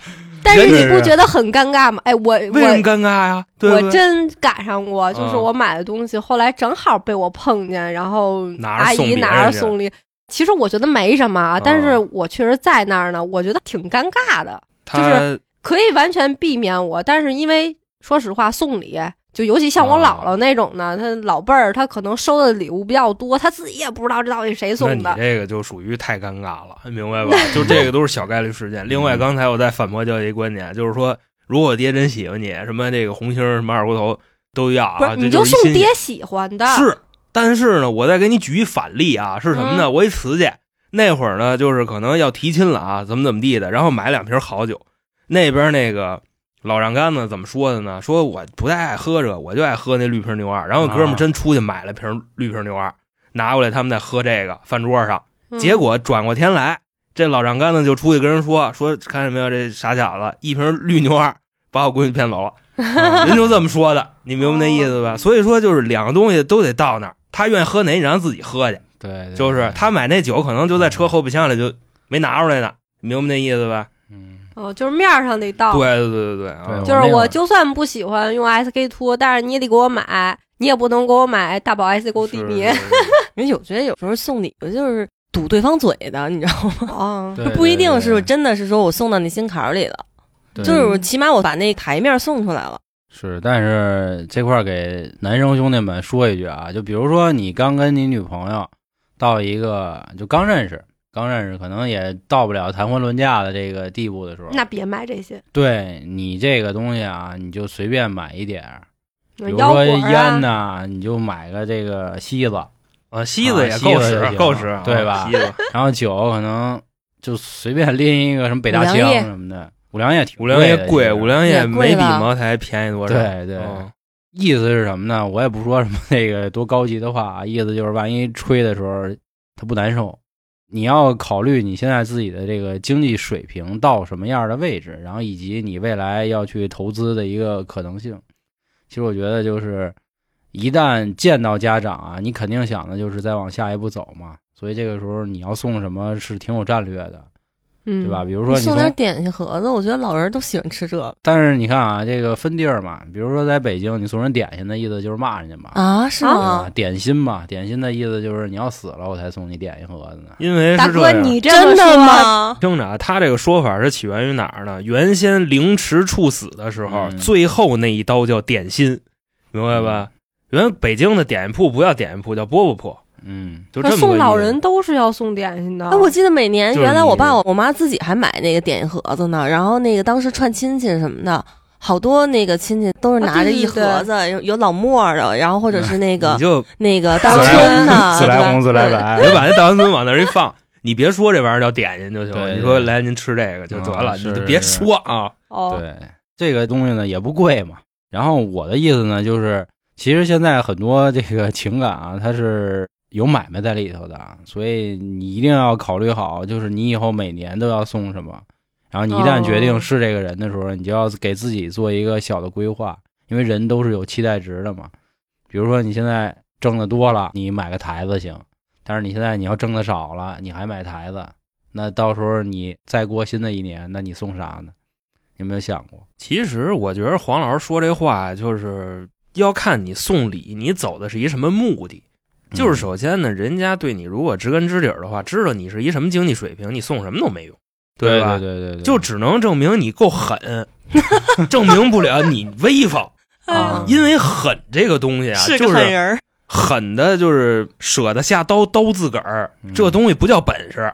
[SPEAKER 4] 但是
[SPEAKER 3] 真
[SPEAKER 4] 你
[SPEAKER 3] 是
[SPEAKER 4] 不觉得很尴尬吗？哎，我
[SPEAKER 3] 为什么
[SPEAKER 4] 我
[SPEAKER 3] 尴尬呀？对不
[SPEAKER 4] 我
[SPEAKER 3] 对
[SPEAKER 4] 真赶上过，就是
[SPEAKER 3] 嗯
[SPEAKER 4] 我买的东西，后来正好被我碰见，然后
[SPEAKER 3] 拿着
[SPEAKER 4] 阿
[SPEAKER 3] 送
[SPEAKER 4] 姨
[SPEAKER 3] 别
[SPEAKER 4] 拿
[SPEAKER 3] 人
[SPEAKER 4] 着
[SPEAKER 3] 去
[SPEAKER 4] 送礼。其实我觉得没什么啊
[SPEAKER 3] 嗯，
[SPEAKER 4] 但是我确实在那儿呢，我觉得挺尴尬的，
[SPEAKER 3] 他
[SPEAKER 4] 可以完全避免我。但是因为说实话，送礼就尤其像我
[SPEAKER 3] 啊
[SPEAKER 4] 姥姥那种的，她老辈儿，她可能收的礼物比较多，她自己也不知道这到底谁
[SPEAKER 3] 那
[SPEAKER 4] 送
[SPEAKER 3] 你
[SPEAKER 4] 的。
[SPEAKER 3] 这个就属于太尴尬了， 明白吧？就这个都是小概率事件。另外，刚才我在反驳教一观点，就是说，如果爹真喜欢你，什么这个红星儿、什么二锅头都要
[SPEAKER 4] 不
[SPEAKER 3] 啊，
[SPEAKER 4] 是，
[SPEAKER 3] 这
[SPEAKER 4] 你
[SPEAKER 3] 就是一
[SPEAKER 4] 送
[SPEAKER 3] 心意
[SPEAKER 4] 爹喜欢的，
[SPEAKER 3] 是，但是呢，我再给你举一反例啊，是什么
[SPEAKER 4] 嗯
[SPEAKER 3] 呢？我一瓷去那会儿呢，就是可能要提亲了啊，怎么怎么地的，然后买两瓶好酒。那边那个老丈杆子怎么说的呢？说我不太爱喝这个，我就爱喝那绿瓶牛二。然后哥们儿
[SPEAKER 2] 啊
[SPEAKER 3] 真出去买了瓶绿瓶牛二，拿过来他们在喝这个饭桌上。
[SPEAKER 4] 嗯
[SPEAKER 3] 结果转过天来，这老丈杆子就出去跟人说说，看见没有，这傻小子一瓶绿牛二把我闺女骗走了。啊
[SPEAKER 2] 啊
[SPEAKER 3] 人就这么说的，你明白那意思
[SPEAKER 2] 哦
[SPEAKER 3] 吧？所以说就是两个东西都得到那儿，他愿意喝哪，你让他自己喝去。
[SPEAKER 2] 对对，
[SPEAKER 3] 就是他买那酒可能就在车后备箱里就没拿出来呢，明白那意思吧？
[SPEAKER 2] 嗯，
[SPEAKER 4] 哦，就是面儿上得到。
[SPEAKER 3] 对对对对啊！
[SPEAKER 2] 对
[SPEAKER 4] 就是
[SPEAKER 2] 我那会
[SPEAKER 4] 我
[SPEAKER 2] 儿
[SPEAKER 4] 就算不喜欢用 SK two，但是你也得给我买，你也不能给我买大宝 SK
[SPEAKER 3] 我
[SPEAKER 4] 地迷。
[SPEAKER 5] 人有觉得有时候送礼物就是堵对方嘴的，你知道吗？
[SPEAKER 4] 哦，
[SPEAKER 2] 对
[SPEAKER 5] 不一定是
[SPEAKER 2] 对
[SPEAKER 5] 真的是说我送到你心坎儿里了，
[SPEAKER 2] 对
[SPEAKER 5] 就是我起码我把那台面送出来了。
[SPEAKER 2] 是，但是这块儿给男生兄弟们说一句啊，就比如说你刚跟你女朋友到一个就刚认识，刚认识可能也到不了谈婚论嫁的这个地步的时候，
[SPEAKER 4] 那别买这些，
[SPEAKER 2] 对你这个东西啊，你就随便买一点儿，比如
[SPEAKER 4] 腰果
[SPEAKER 2] 说
[SPEAKER 4] 啊
[SPEAKER 2] 烟呐、你就买个这个西子，
[SPEAKER 3] 啊，西子也
[SPEAKER 2] 啊
[SPEAKER 3] 够
[SPEAKER 2] 西子
[SPEAKER 3] 使
[SPEAKER 2] 也，行
[SPEAKER 3] 够使，
[SPEAKER 2] 对吧
[SPEAKER 3] 西子，
[SPEAKER 2] 然后酒可能就随便拎一个什么北大
[SPEAKER 5] 五
[SPEAKER 2] 清
[SPEAKER 5] 粮液
[SPEAKER 2] 什么的，五粮液挺
[SPEAKER 3] 五粮液
[SPEAKER 2] 的
[SPEAKER 3] 贵，
[SPEAKER 2] 其实
[SPEAKER 3] 五粮液
[SPEAKER 5] 也
[SPEAKER 3] 没
[SPEAKER 5] 贵
[SPEAKER 3] 比
[SPEAKER 5] 吧
[SPEAKER 3] 茅台便宜多少。
[SPEAKER 2] 对对
[SPEAKER 3] 嗯
[SPEAKER 2] 意思是什么呢？我也不说什么那个多高级的话 啊，意思就是万一吹的时候它不难受，你要考虑你现在自己的这个经济水平到什么样的位置，然后以及你未来要去投资的一个可能性。其实我觉得就是，一旦见到家长啊，你肯定想的就是再往下一步走嘛。所以这个时候你要送什么是挺有战略的，
[SPEAKER 4] 嗯
[SPEAKER 2] 对吧？？比如说你
[SPEAKER 5] 送
[SPEAKER 2] 从
[SPEAKER 5] 点点心盒子，我觉得老人都喜欢吃这个
[SPEAKER 2] 但是你看啊，这个分地儿嘛，比如说在北京，你送人点心的意思就是骂人家嘛，
[SPEAKER 5] 啊，是
[SPEAKER 2] 啊
[SPEAKER 5] 吗，？
[SPEAKER 2] 点心嘛，点心的意思就是你要死了，我才送你点一盒子呢。
[SPEAKER 3] 因为
[SPEAKER 4] 大
[SPEAKER 3] 是这
[SPEAKER 4] 哥，
[SPEAKER 3] 样。
[SPEAKER 4] 你这么
[SPEAKER 5] 真的
[SPEAKER 4] 说？
[SPEAKER 5] 吗？
[SPEAKER 3] 听着啊，他这个说法是起源于哪儿呢？原先凌迟处死的时候，
[SPEAKER 2] 嗯
[SPEAKER 3] 最后那一刀叫点心，明白吧？原来北京的点心铺不叫点心铺，叫饽饽铺，
[SPEAKER 2] 嗯，
[SPEAKER 3] 就这
[SPEAKER 4] 那
[SPEAKER 3] 么个
[SPEAKER 4] 送
[SPEAKER 3] 意
[SPEAKER 4] 老
[SPEAKER 3] 思
[SPEAKER 4] 人都是要送点心的。
[SPEAKER 5] 哎，我记得每年
[SPEAKER 3] 就是
[SPEAKER 5] 原来我爸
[SPEAKER 3] 你
[SPEAKER 5] 我我妈自己还买那个点心盒子呢，然后那个当时串亲戚什么的，好多那个亲戚都是
[SPEAKER 4] 啊
[SPEAKER 5] 拿着
[SPEAKER 4] 对
[SPEAKER 5] 一
[SPEAKER 4] 对对
[SPEAKER 5] 盒子，有有老莫的，然后或者是那个
[SPEAKER 3] 你就
[SPEAKER 5] 那个
[SPEAKER 4] 自
[SPEAKER 5] 大
[SPEAKER 4] 来
[SPEAKER 5] 春
[SPEAKER 4] 红
[SPEAKER 2] 嗯自
[SPEAKER 5] 的，啊对
[SPEAKER 2] 来
[SPEAKER 5] 吧
[SPEAKER 2] 红自来。
[SPEAKER 5] 对
[SPEAKER 2] 白，
[SPEAKER 3] 你就把那大王孙往那儿一放，你别说这玩意儿叫点心就行了。
[SPEAKER 2] 对
[SPEAKER 3] 你说来您吃这个就得了，
[SPEAKER 2] 嗯是
[SPEAKER 3] 你就别说啊。
[SPEAKER 4] 哦，
[SPEAKER 2] 对，这个东西呢也不贵嘛。然后我的意思呢，就是其实现在很多这个情感啊，它是有买卖在里头的，所以你一定要考虑好，就是你以后每年都要送什么。然后你一旦决定
[SPEAKER 4] 哦
[SPEAKER 2] 是这个人的时候，你就要给自己做一个小的规划，因为人都是有期待值的嘛。比如说你现在挣的多了，你买个台子行；但是你现在你要挣的少了，你还买台子，那到时候你再过新的一年，那你送啥呢？有没有想过？
[SPEAKER 3] 其实我觉得黄老师说这话就是要看你送礼，你走的是一什么目的。
[SPEAKER 2] 嗯
[SPEAKER 3] 就是首先呢，人家对你如果知根知底儿的话，知道你是一什么经济水平，你送什么都没用，
[SPEAKER 2] 对
[SPEAKER 3] 吧？
[SPEAKER 2] 对对对，
[SPEAKER 3] 就只能证明你够狠， 证明不了你威风
[SPEAKER 5] 嗯
[SPEAKER 2] 啊
[SPEAKER 3] 因为狠这个东西啊，
[SPEAKER 5] 是
[SPEAKER 3] 就
[SPEAKER 5] 个狠
[SPEAKER 3] 是
[SPEAKER 5] 人儿，
[SPEAKER 3] 狠的，就是舍得下刀刀自个儿，
[SPEAKER 2] 嗯
[SPEAKER 3] 这东西不叫本事，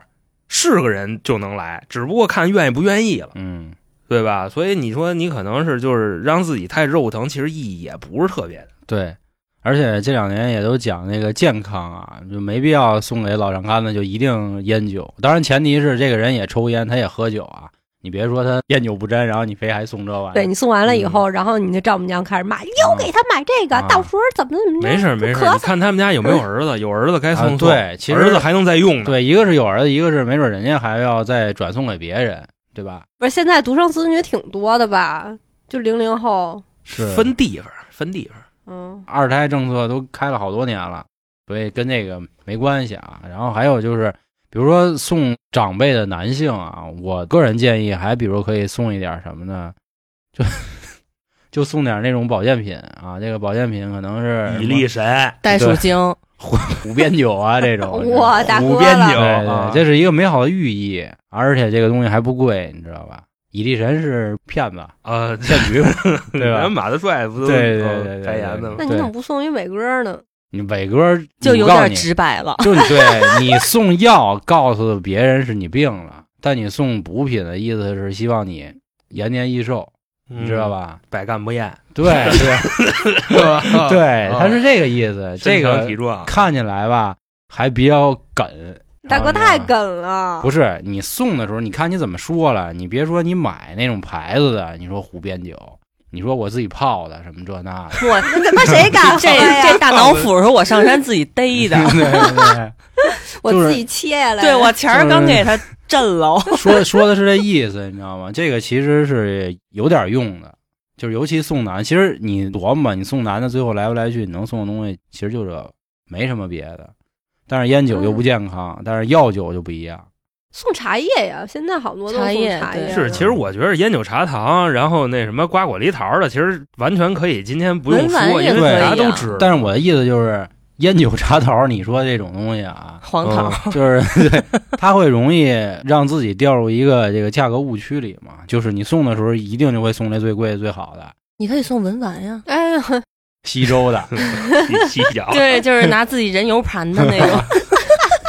[SPEAKER 3] 是个人就能来，只不过看愿意不愿意了，
[SPEAKER 2] 嗯，
[SPEAKER 3] 对吧？所以你说你可能是就是让自己太肉疼，其实意义也不是特别的。
[SPEAKER 2] 对。而且这两年也都讲那个健康啊，就没必要送给老丈杆子就一定烟酒。当然前提是这个人也抽烟，他也喝酒啊。你别说他烟酒不沾，然后你非还送这玩意儿。
[SPEAKER 3] 哎
[SPEAKER 4] 对你送完了
[SPEAKER 3] 嗯
[SPEAKER 4] 以后，然后你的丈母娘开始骂，又给他买这个
[SPEAKER 2] 啊，
[SPEAKER 4] 到时候怎么怎么样
[SPEAKER 3] 没事儿没事
[SPEAKER 4] 不
[SPEAKER 3] 儿，
[SPEAKER 4] 咳
[SPEAKER 3] 你看他们家有没有儿
[SPEAKER 5] 哎
[SPEAKER 3] 子，有儿子该送
[SPEAKER 2] 啊
[SPEAKER 3] 送，
[SPEAKER 2] 对其实
[SPEAKER 3] 儿子还能再用呢。
[SPEAKER 2] 对，一个是有儿子，一个是没准人家还要再转送给别人，对吧？
[SPEAKER 4] 不是现在独生子女挺多的吧？就零零后，
[SPEAKER 2] 是
[SPEAKER 3] 分地方，分地方。
[SPEAKER 4] 嗯，
[SPEAKER 2] 二胎政策都开了好多年了，所以跟这个没关系啊。然后还有就是，比如说送长辈的男性啊，我个人建议还比如可以送一点什么呢？就就送点那种保健品啊，这个保健品可能是
[SPEAKER 3] 比利神，
[SPEAKER 5] 袋鼠精，
[SPEAKER 2] 虎鞭酒啊这 种。
[SPEAKER 4] 哇，大
[SPEAKER 3] 五
[SPEAKER 4] 哥
[SPEAKER 3] 边
[SPEAKER 4] 了，
[SPEAKER 3] 酒
[SPEAKER 2] 对
[SPEAKER 3] 啊
[SPEAKER 2] 对，这是一个美好的寓意，而且这个东西还不贵，你知道吧？蚁力神是骗 子
[SPEAKER 3] 啊，
[SPEAKER 2] 骗局，对吧
[SPEAKER 3] 咱？马大帅不都
[SPEAKER 2] 对对对对
[SPEAKER 3] 代言的吗
[SPEAKER 4] 那？你怎么不送一伟哥呢？
[SPEAKER 2] 你伟哥
[SPEAKER 5] 就有
[SPEAKER 2] 我告诉
[SPEAKER 5] 点
[SPEAKER 2] 你
[SPEAKER 5] 直白 了。
[SPEAKER 2] 就你对你送药告诉别人是你病了，但你送补品的意思是希望你延年益寿，你知道
[SPEAKER 3] 吧？
[SPEAKER 2] 吧？
[SPEAKER 3] 百干不厌，
[SPEAKER 2] 对对
[SPEAKER 3] 是吧？
[SPEAKER 2] 对，
[SPEAKER 3] 啊
[SPEAKER 2] 他是这个意 思。这
[SPEAKER 3] 身强
[SPEAKER 2] 个
[SPEAKER 3] 体壮，
[SPEAKER 2] 看起来吧，还比较梗。
[SPEAKER 4] 大
[SPEAKER 3] 啊
[SPEAKER 4] 哥太
[SPEAKER 2] 了。
[SPEAKER 4] 梗了，
[SPEAKER 2] 不是你送的时候，你看你怎么说了？你别说你买那种牌子的，你说湖边酒，你说我自己泡的什么这那的，
[SPEAKER 5] 我
[SPEAKER 4] 那那谁敢喝
[SPEAKER 5] 这
[SPEAKER 4] 呀
[SPEAKER 5] 这？ 大脑斧是我上山自己逮的，
[SPEAKER 2] 对对
[SPEAKER 4] 我
[SPEAKER 2] 就是
[SPEAKER 4] 自己切下来。
[SPEAKER 5] 对我前儿刚给他震了。
[SPEAKER 2] 对，说说的是这意思，你知道吗？这个其实是有点用的，就是尤其送男，其实你琢磨吧，你送男的最后来不来去，你能送的东西其实就这，没什么别的。但是烟酒又不健康，但是药酒就不一样。
[SPEAKER 4] 送茶叶呀，现在好多都送
[SPEAKER 5] 茶叶
[SPEAKER 4] 茶
[SPEAKER 5] 对
[SPEAKER 2] 啊
[SPEAKER 4] 叶。
[SPEAKER 3] 是，其实我觉得烟酒茶糖，然后那什么瓜果梨桃的，其实完全可以。今天不用
[SPEAKER 5] 文玩
[SPEAKER 3] 说，
[SPEAKER 5] 也
[SPEAKER 3] 因为
[SPEAKER 2] 可以
[SPEAKER 3] 大家
[SPEAKER 5] 啊
[SPEAKER 3] 都知道。
[SPEAKER 2] 但是我的意思就是，烟酒茶桃，你说这种东西啊，
[SPEAKER 5] 黄桃儿，
[SPEAKER 2] 就是对，他会容易让自己掉入一个这个价格误区里嘛。就是你送的时候，一定就会送这最贵、最好的
[SPEAKER 5] 你可以送文玩呀，
[SPEAKER 4] 哎呀，
[SPEAKER 2] 西周的
[SPEAKER 3] 细细
[SPEAKER 2] 哦
[SPEAKER 3] 嚼，
[SPEAKER 5] 对，就是拿自己人油盘的那 种。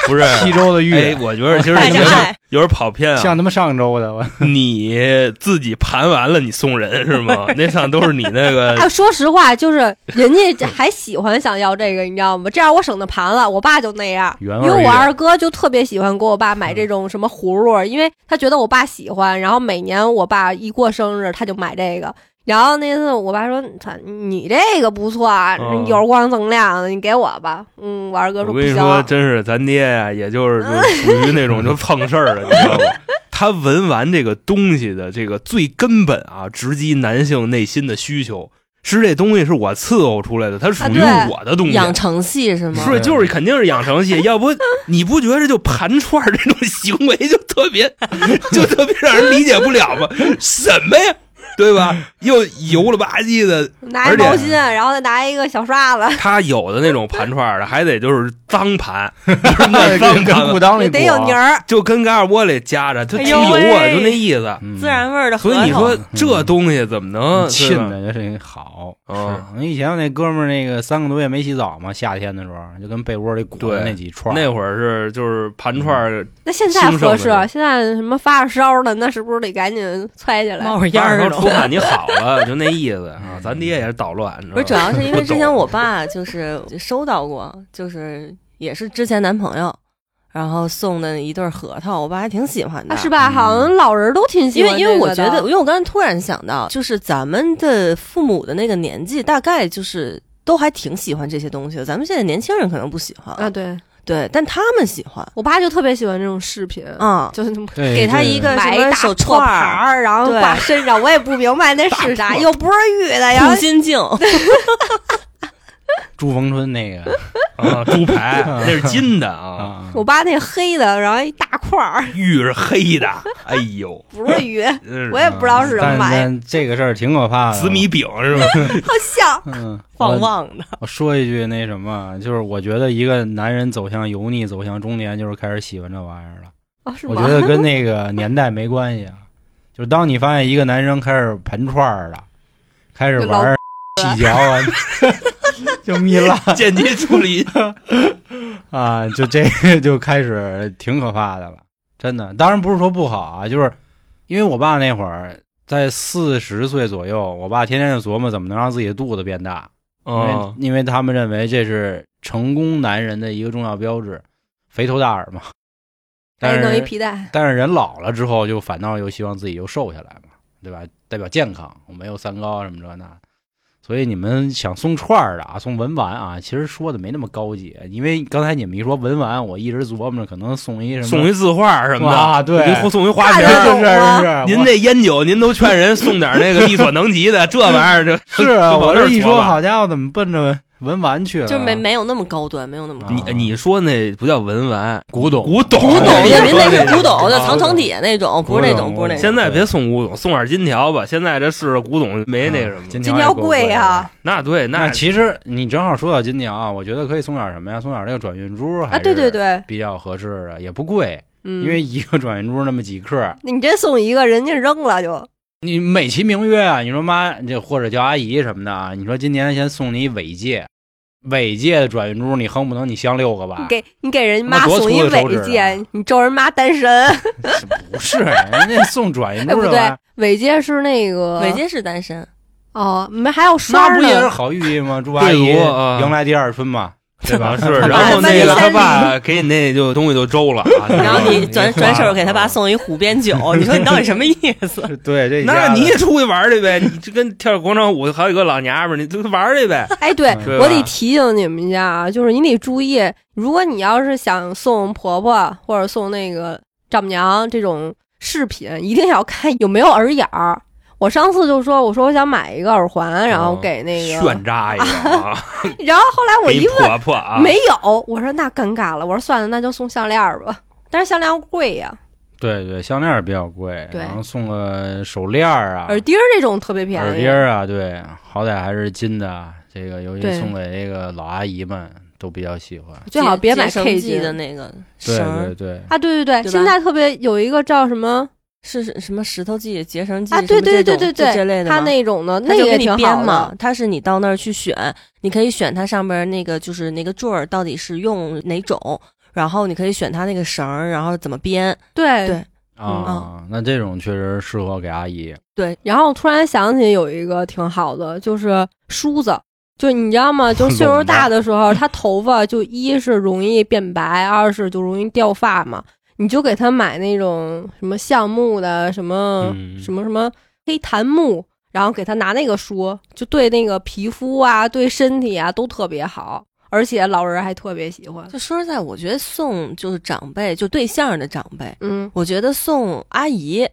[SPEAKER 3] 不是
[SPEAKER 2] 西周的玉，
[SPEAKER 3] 哎，我觉得其实
[SPEAKER 5] 爱
[SPEAKER 3] 有
[SPEAKER 5] 着
[SPEAKER 3] 点
[SPEAKER 5] 爱
[SPEAKER 3] 有点跑偏啊
[SPEAKER 2] 像。他妈上周的我。
[SPEAKER 3] 你自己盘完了，你送人是 吗？那上都是你那
[SPEAKER 4] 哎，
[SPEAKER 3] 个
[SPEAKER 4] 说实话， 就是人家还喜欢想要这个，你知道吗？这样我省得盘了。我爸就那样，因
[SPEAKER 2] 原味儿
[SPEAKER 4] 为我
[SPEAKER 2] 一点
[SPEAKER 4] 二哥就特别喜欢给我爸
[SPEAKER 3] 嗯
[SPEAKER 4] 买这种什么葫芦，因为他觉得我爸喜欢。然后每年我爸一过生日，他就买这个。然后那次我爸说：“操，你这个不错啊，
[SPEAKER 3] 嗯
[SPEAKER 4] 有光锃亮的，你给我吧。”嗯，我二哥
[SPEAKER 3] 我
[SPEAKER 4] 说：“不
[SPEAKER 3] 跟你
[SPEAKER 4] 行。
[SPEAKER 3] 说，真是咱爹呀，也 就是就属于那种就碰事儿了，你知道吗？他文玩这个东西的这个最根本啊，直击男性内心的需求，是这东西是我伺候出来的，它属于
[SPEAKER 4] 啊对
[SPEAKER 3] 我的东西。
[SPEAKER 5] 养成系是吗？
[SPEAKER 3] 是，就是肯定是养成系，要不你不觉得就盘串儿这种行为就特别，就特别让人理解不了吗？什么呀，对吧？又油了吧唧的，
[SPEAKER 4] 拿一
[SPEAKER 3] 而且
[SPEAKER 4] 毛巾，然后再拿一个小刷子，
[SPEAKER 3] 他有的那种盘串儿的，还得就是脏盘，就是那脏盘，
[SPEAKER 2] 裤裆里
[SPEAKER 4] 得有泥
[SPEAKER 2] 儿，
[SPEAKER 4] 儿。
[SPEAKER 3] 就跟嘎尔窝里夹着，它出油
[SPEAKER 5] 哎呦
[SPEAKER 3] 啊，
[SPEAKER 5] 喂
[SPEAKER 3] 就那意思。
[SPEAKER 2] 嗯
[SPEAKER 5] 孜然味儿的核
[SPEAKER 3] 所以
[SPEAKER 5] 桃。
[SPEAKER 3] 你说这东西怎么能
[SPEAKER 2] 沁
[SPEAKER 3] 嗯对吧
[SPEAKER 2] 的就是好。
[SPEAKER 3] 嗯
[SPEAKER 2] 是，以前我那哥们儿那个三个多月没洗澡嘛，夏天的时候就跟被窝里裹
[SPEAKER 3] 对
[SPEAKER 2] 着那几串儿。
[SPEAKER 3] 那会儿是就是盘串儿，
[SPEAKER 4] 那现在
[SPEAKER 3] 兴盛
[SPEAKER 4] 合
[SPEAKER 3] 的
[SPEAKER 4] 适
[SPEAKER 3] 那种，
[SPEAKER 4] 现在什么发着烧的，那是不是得赶紧揣起来？
[SPEAKER 5] 冒着烟
[SPEAKER 3] 然
[SPEAKER 5] 儿
[SPEAKER 3] 后
[SPEAKER 5] 呢
[SPEAKER 3] 出汗你好了，就那意思啊。咱爹也是捣乱，你知道
[SPEAKER 5] 不是，主
[SPEAKER 3] 吗
[SPEAKER 5] 要是因为之前
[SPEAKER 3] 不懂
[SPEAKER 5] 我爸就是收到过，就是也是之前男朋友，然后送的一对儿核桃，我爸还挺喜欢的。
[SPEAKER 4] 啊，是吧？好像老人都挺喜
[SPEAKER 5] 嗯因
[SPEAKER 4] 欢
[SPEAKER 5] 为因为我
[SPEAKER 4] 这
[SPEAKER 5] 觉
[SPEAKER 4] 个的
[SPEAKER 5] 得，因为我刚才突然想到，就是咱们的父母的那个年纪，大概就是都还挺喜欢这些东西的。咱们现在年轻人可能不喜欢，
[SPEAKER 4] 啊，对
[SPEAKER 5] 呃对，但他们喜欢
[SPEAKER 4] 我爸就特别喜欢这种饰品，
[SPEAKER 5] 啊。
[SPEAKER 4] 就是那 么
[SPEAKER 2] 对
[SPEAKER 5] 给他
[SPEAKER 2] 对
[SPEAKER 5] 一个
[SPEAKER 4] 买
[SPEAKER 5] 什
[SPEAKER 4] 一
[SPEAKER 5] 么
[SPEAKER 4] 大
[SPEAKER 5] 手
[SPEAKER 4] 破
[SPEAKER 5] 串
[SPEAKER 4] 牌
[SPEAKER 5] 儿、
[SPEAKER 4] 儿，然后
[SPEAKER 5] 对
[SPEAKER 4] 挂身上，我也不明白那是啥，又不是玉的，然后
[SPEAKER 5] 护心 镜，
[SPEAKER 2] 朱逢春那个
[SPEAKER 3] 啊，猪排那是金的啊，
[SPEAKER 2] 啊，
[SPEAKER 4] 我爸那黑的，然后一大块儿，
[SPEAKER 3] 玉是黑的，哎呦，
[SPEAKER 4] 不是 玉，
[SPEAKER 3] 真是
[SPEAKER 4] 我也不知道是什么
[SPEAKER 2] 但
[SPEAKER 4] 玩意儿，
[SPEAKER 2] 但这个事儿挺可怕的。
[SPEAKER 3] 紫米饼是吧？
[SPEAKER 4] 好像
[SPEAKER 2] 嗯，
[SPEAKER 5] 旺
[SPEAKER 2] 我
[SPEAKER 5] 旺的。
[SPEAKER 2] 我说一句那什么，就是我觉得一个男人走向油腻、走向中年，就是开始喜欢这玩意儿了。
[SPEAKER 4] 哦，是
[SPEAKER 2] 我
[SPEAKER 4] 吗
[SPEAKER 2] 觉？得
[SPEAKER 5] 哎
[SPEAKER 2] 跟那个年代没关系啊，就是当你发现一个男生开始盘串儿了，开始玩 儿细嚼啊， 就蜜蜡
[SPEAKER 3] 间接处理，
[SPEAKER 2] 啊，就这个就开始挺可怕的了，真的。当然不是说不好啊，就是因为我爸那会儿在四十岁左右，我爸天天就琢磨怎么能让自己的肚子变大。因为
[SPEAKER 3] 嗯，
[SPEAKER 2] 因为他们认为这是成功男人的一个重要标志，肥头大耳嘛。
[SPEAKER 4] 哎，
[SPEAKER 2] 但
[SPEAKER 4] 弄一
[SPEAKER 2] 是
[SPEAKER 4] 皮带，
[SPEAKER 2] 但是人老了之后，就反倒又希望自己又瘦下来嘛，对吧？代表健康，我没有三高什么这那。所以你们想送串儿的啊，送文玩啊，其实说的没那么高级，因为刚才你们一说文玩，我一直琢磨着可能送一什么
[SPEAKER 3] 送一字画什么的
[SPEAKER 2] 啊对
[SPEAKER 3] 您送一花瓶
[SPEAKER 4] 大
[SPEAKER 3] 儿。
[SPEAKER 4] 人
[SPEAKER 2] 是是是，
[SPEAKER 3] 啊您这烟酒，您都劝人送点那个力所能及的，这玩意儿就是
[SPEAKER 2] 啊，
[SPEAKER 3] 就往
[SPEAKER 2] 我
[SPEAKER 3] 那儿
[SPEAKER 2] 这一
[SPEAKER 3] 琢
[SPEAKER 2] 说，
[SPEAKER 3] 磨
[SPEAKER 2] 好家伙，怎么奔着文玩去了？
[SPEAKER 5] 就是没没有那么高端，没有那么高端。
[SPEAKER 3] 你你说那不叫文玩，
[SPEAKER 2] 古董
[SPEAKER 3] 古董，啊
[SPEAKER 5] 古
[SPEAKER 3] 古
[SPEAKER 5] 董的，您那是古董，就
[SPEAKER 2] 的
[SPEAKER 5] 藏床底下那种，不是那种，
[SPEAKER 2] 啊古
[SPEAKER 5] 不
[SPEAKER 2] 董
[SPEAKER 5] 是那种。
[SPEAKER 3] 现在别送古董，送点金条吧。现在这是古董
[SPEAKER 2] 嗯
[SPEAKER 3] 没那什么，
[SPEAKER 4] 金条贵啊呀
[SPEAKER 2] 呀。
[SPEAKER 3] 那对
[SPEAKER 2] 啊那
[SPEAKER 3] 那
[SPEAKER 2] 其实你正好说到金条啊，我觉得可以送点什么呀？送点那个转运珠还
[SPEAKER 4] 啊，对对对，
[SPEAKER 2] 比较合适的，也不贵。
[SPEAKER 4] 嗯，
[SPEAKER 2] 因为一个转运珠那么几克，
[SPEAKER 5] 你这送一个，人家扔了就。
[SPEAKER 2] 你美其名曰啊，你说妈这或者叫阿姨什么的啊，你说今年先送你一尾戒，尾戒的转运珠你恨不能你镶六个吧
[SPEAKER 5] 你？给你给人
[SPEAKER 2] 那
[SPEAKER 5] 妈
[SPEAKER 2] 多粗
[SPEAKER 5] 送一
[SPEAKER 2] 的手指
[SPEAKER 5] 尾
[SPEAKER 2] 啊
[SPEAKER 5] 戒，你咒人妈单身。
[SPEAKER 2] 不是，人家送转运
[SPEAKER 4] 哎
[SPEAKER 2] 珠
[SPEAKER 4] 不
[SPEAKER 2] 的
[SPEAKER 4] 对
[SPEAKER 2] 吧？，
[SPEAKER 4] 尾戒是那个
[SPEAKER 5] 尾戒是 单身，
[SPEAKER 4] 哦，没还有栓
[SPEAKER 2] 那
[SPEAKER 4] 儿
[SPEAKER 2] 不也是
[SPEAKER 4] 呢，
[SPEAKER 2] 好寓意吗？祝阿
[SPEAKER 3] 对
[SPEAKER 2] 姨
[SPEAKER 3] 我啊
[SPEAKER 2] 迎来第二春 嘛，对吧？
[SPEAKER 3] 是，然后那个他爸给你那就东西就周了啊，
[SPEAKER 5] 然后你转转
[SPEAKER 2] 啊
[SPEAKER 5] 手给他爸
[SPEAKER 3] 爸。
[SPEAKER 5] 送一虎鞭酒，你说你到底什么意思？
[SPEAKER 2] 对这一家
[SPEAKER 3] 那
[SPEAKER 2] 子
[SPEAKER 3] 你也出去玩去呗，你这跟跳广场舞好几个老娘们儿，你就玩去呗。
[SPEAKER 4] 哎，对
[SPEAKER 2] 嗯
[SPEAKER 3] 对吧
[SPEAKER 4] 我得提醒你们一下啊，就是你得注意，如果你要是想送婆婆或者送那个丈母娘这种饰品，一定要看有没有耳眼儿。我上次就说，我说我想买一个耳环，然后给那个，
[SPEAKER 3] 哦炫扎一个 啊，
[SPEAKER 4] 然后后来我
[SPEAKER 3] 给
[SPEAKER 4] 一
[SPEAKER 3] 你
[SPEAKER 4] 问，
[SPEAKER 3] 婆婆啊，
[SPEAKER 4] 没有，我说那尴尬了，我说算了，那就送项链儿吧，但是项链贵呀，
[SPEAKER 2] 对对，项链儿比较贵，
[SPEAKER 4] 对
[SPEAKER 2] 然后送个手链儿啊、
[SPEAKER 4] 耳钉儿这种特别便宜，
[SPEAKER 2] 耳钉儿啊，对，好歹还是金的。这个尤其
[SPEAKER 4] 对
[SPEAKER 2] 送给这个老阿姨们都比较喜欢。
[SPEAKER 4] 最好 别买
[SPEAKER 5] 接生
[SPEAKER 4] K
[SPEAKER 5] 记
[SPEAKER 4] 金
[SPEAKER 5] 的那个
[SPEAKER 2] 对
[SPEAKER 5] 绳
[SPEAKER 2] 对
[SPEAKER 5] 儿，
[SPEAKER 2] 对，
[SPEAKER 4] 啊，对对
[SPEAKER 5] 对吧
[SPEAKER 4] 对，现在特别有一个叫什么
[SPEAKER 5] 是是什么石头记、结绳记
[SPEAKER 4] 啊？对对对对对，
[SPEAKER 5] 这类的
[SPEAKER 4] 他
[SPEAKER 5] 吗。
[SPEAKER 4] 那种的，那
[SPEAKER 5] 它
[SPEAKER 4] 个
[SPEAKER 5] 就
[SPEAKER 4] 也
[SPEAKER 5] 给你
[SPEAKER 4] 挺
[SPEAKER 5] 编
[SPEAKER 4] 好
[SPEAKER 5] 嘛
[SPEAKER 4] 的。，
[SPEAKER 5] 它是你到那儿去选，你可以选它上边那个就是那个坠儿到底是用哪种，然后你可以选它那个绳儿，然后怎么编。
[SPEAKER 4] 对
[SPEAKER 5] 对
[SPEAKER 3] 嗯
[SPEAKER 2] 啊，那这种确实适合给阿
[SPEAKER 3] 啊
[SPEAKER 2] 姨。
[SPEAKER 4] 然后突然想起有一个挺好的，就是梳子。就你知道吗？就岁
[SPEAKER 2] 拢
[SPEAKER 4] 数
[SPEAKER 2] 着
[SPEAKER 4] 大的时候，他头发就一是容易变白，二是就容易掉发嘛。你就给他买那种什么橡木的，什么、
[SPEAKER 2] 嗯
[SPEAKER 4] 什么什么黑檀木，然后给他拿那个梳，就对那个皮肤啊，对身体啊都特别好，而且老人还特别喜欢。
[SPEAKER 5] 就说实在，我觉得送就是长辈，就对象的长辈，
[SPEAKER 4] 嗯，
[SPEAKER 5] 我觉得送阿姨，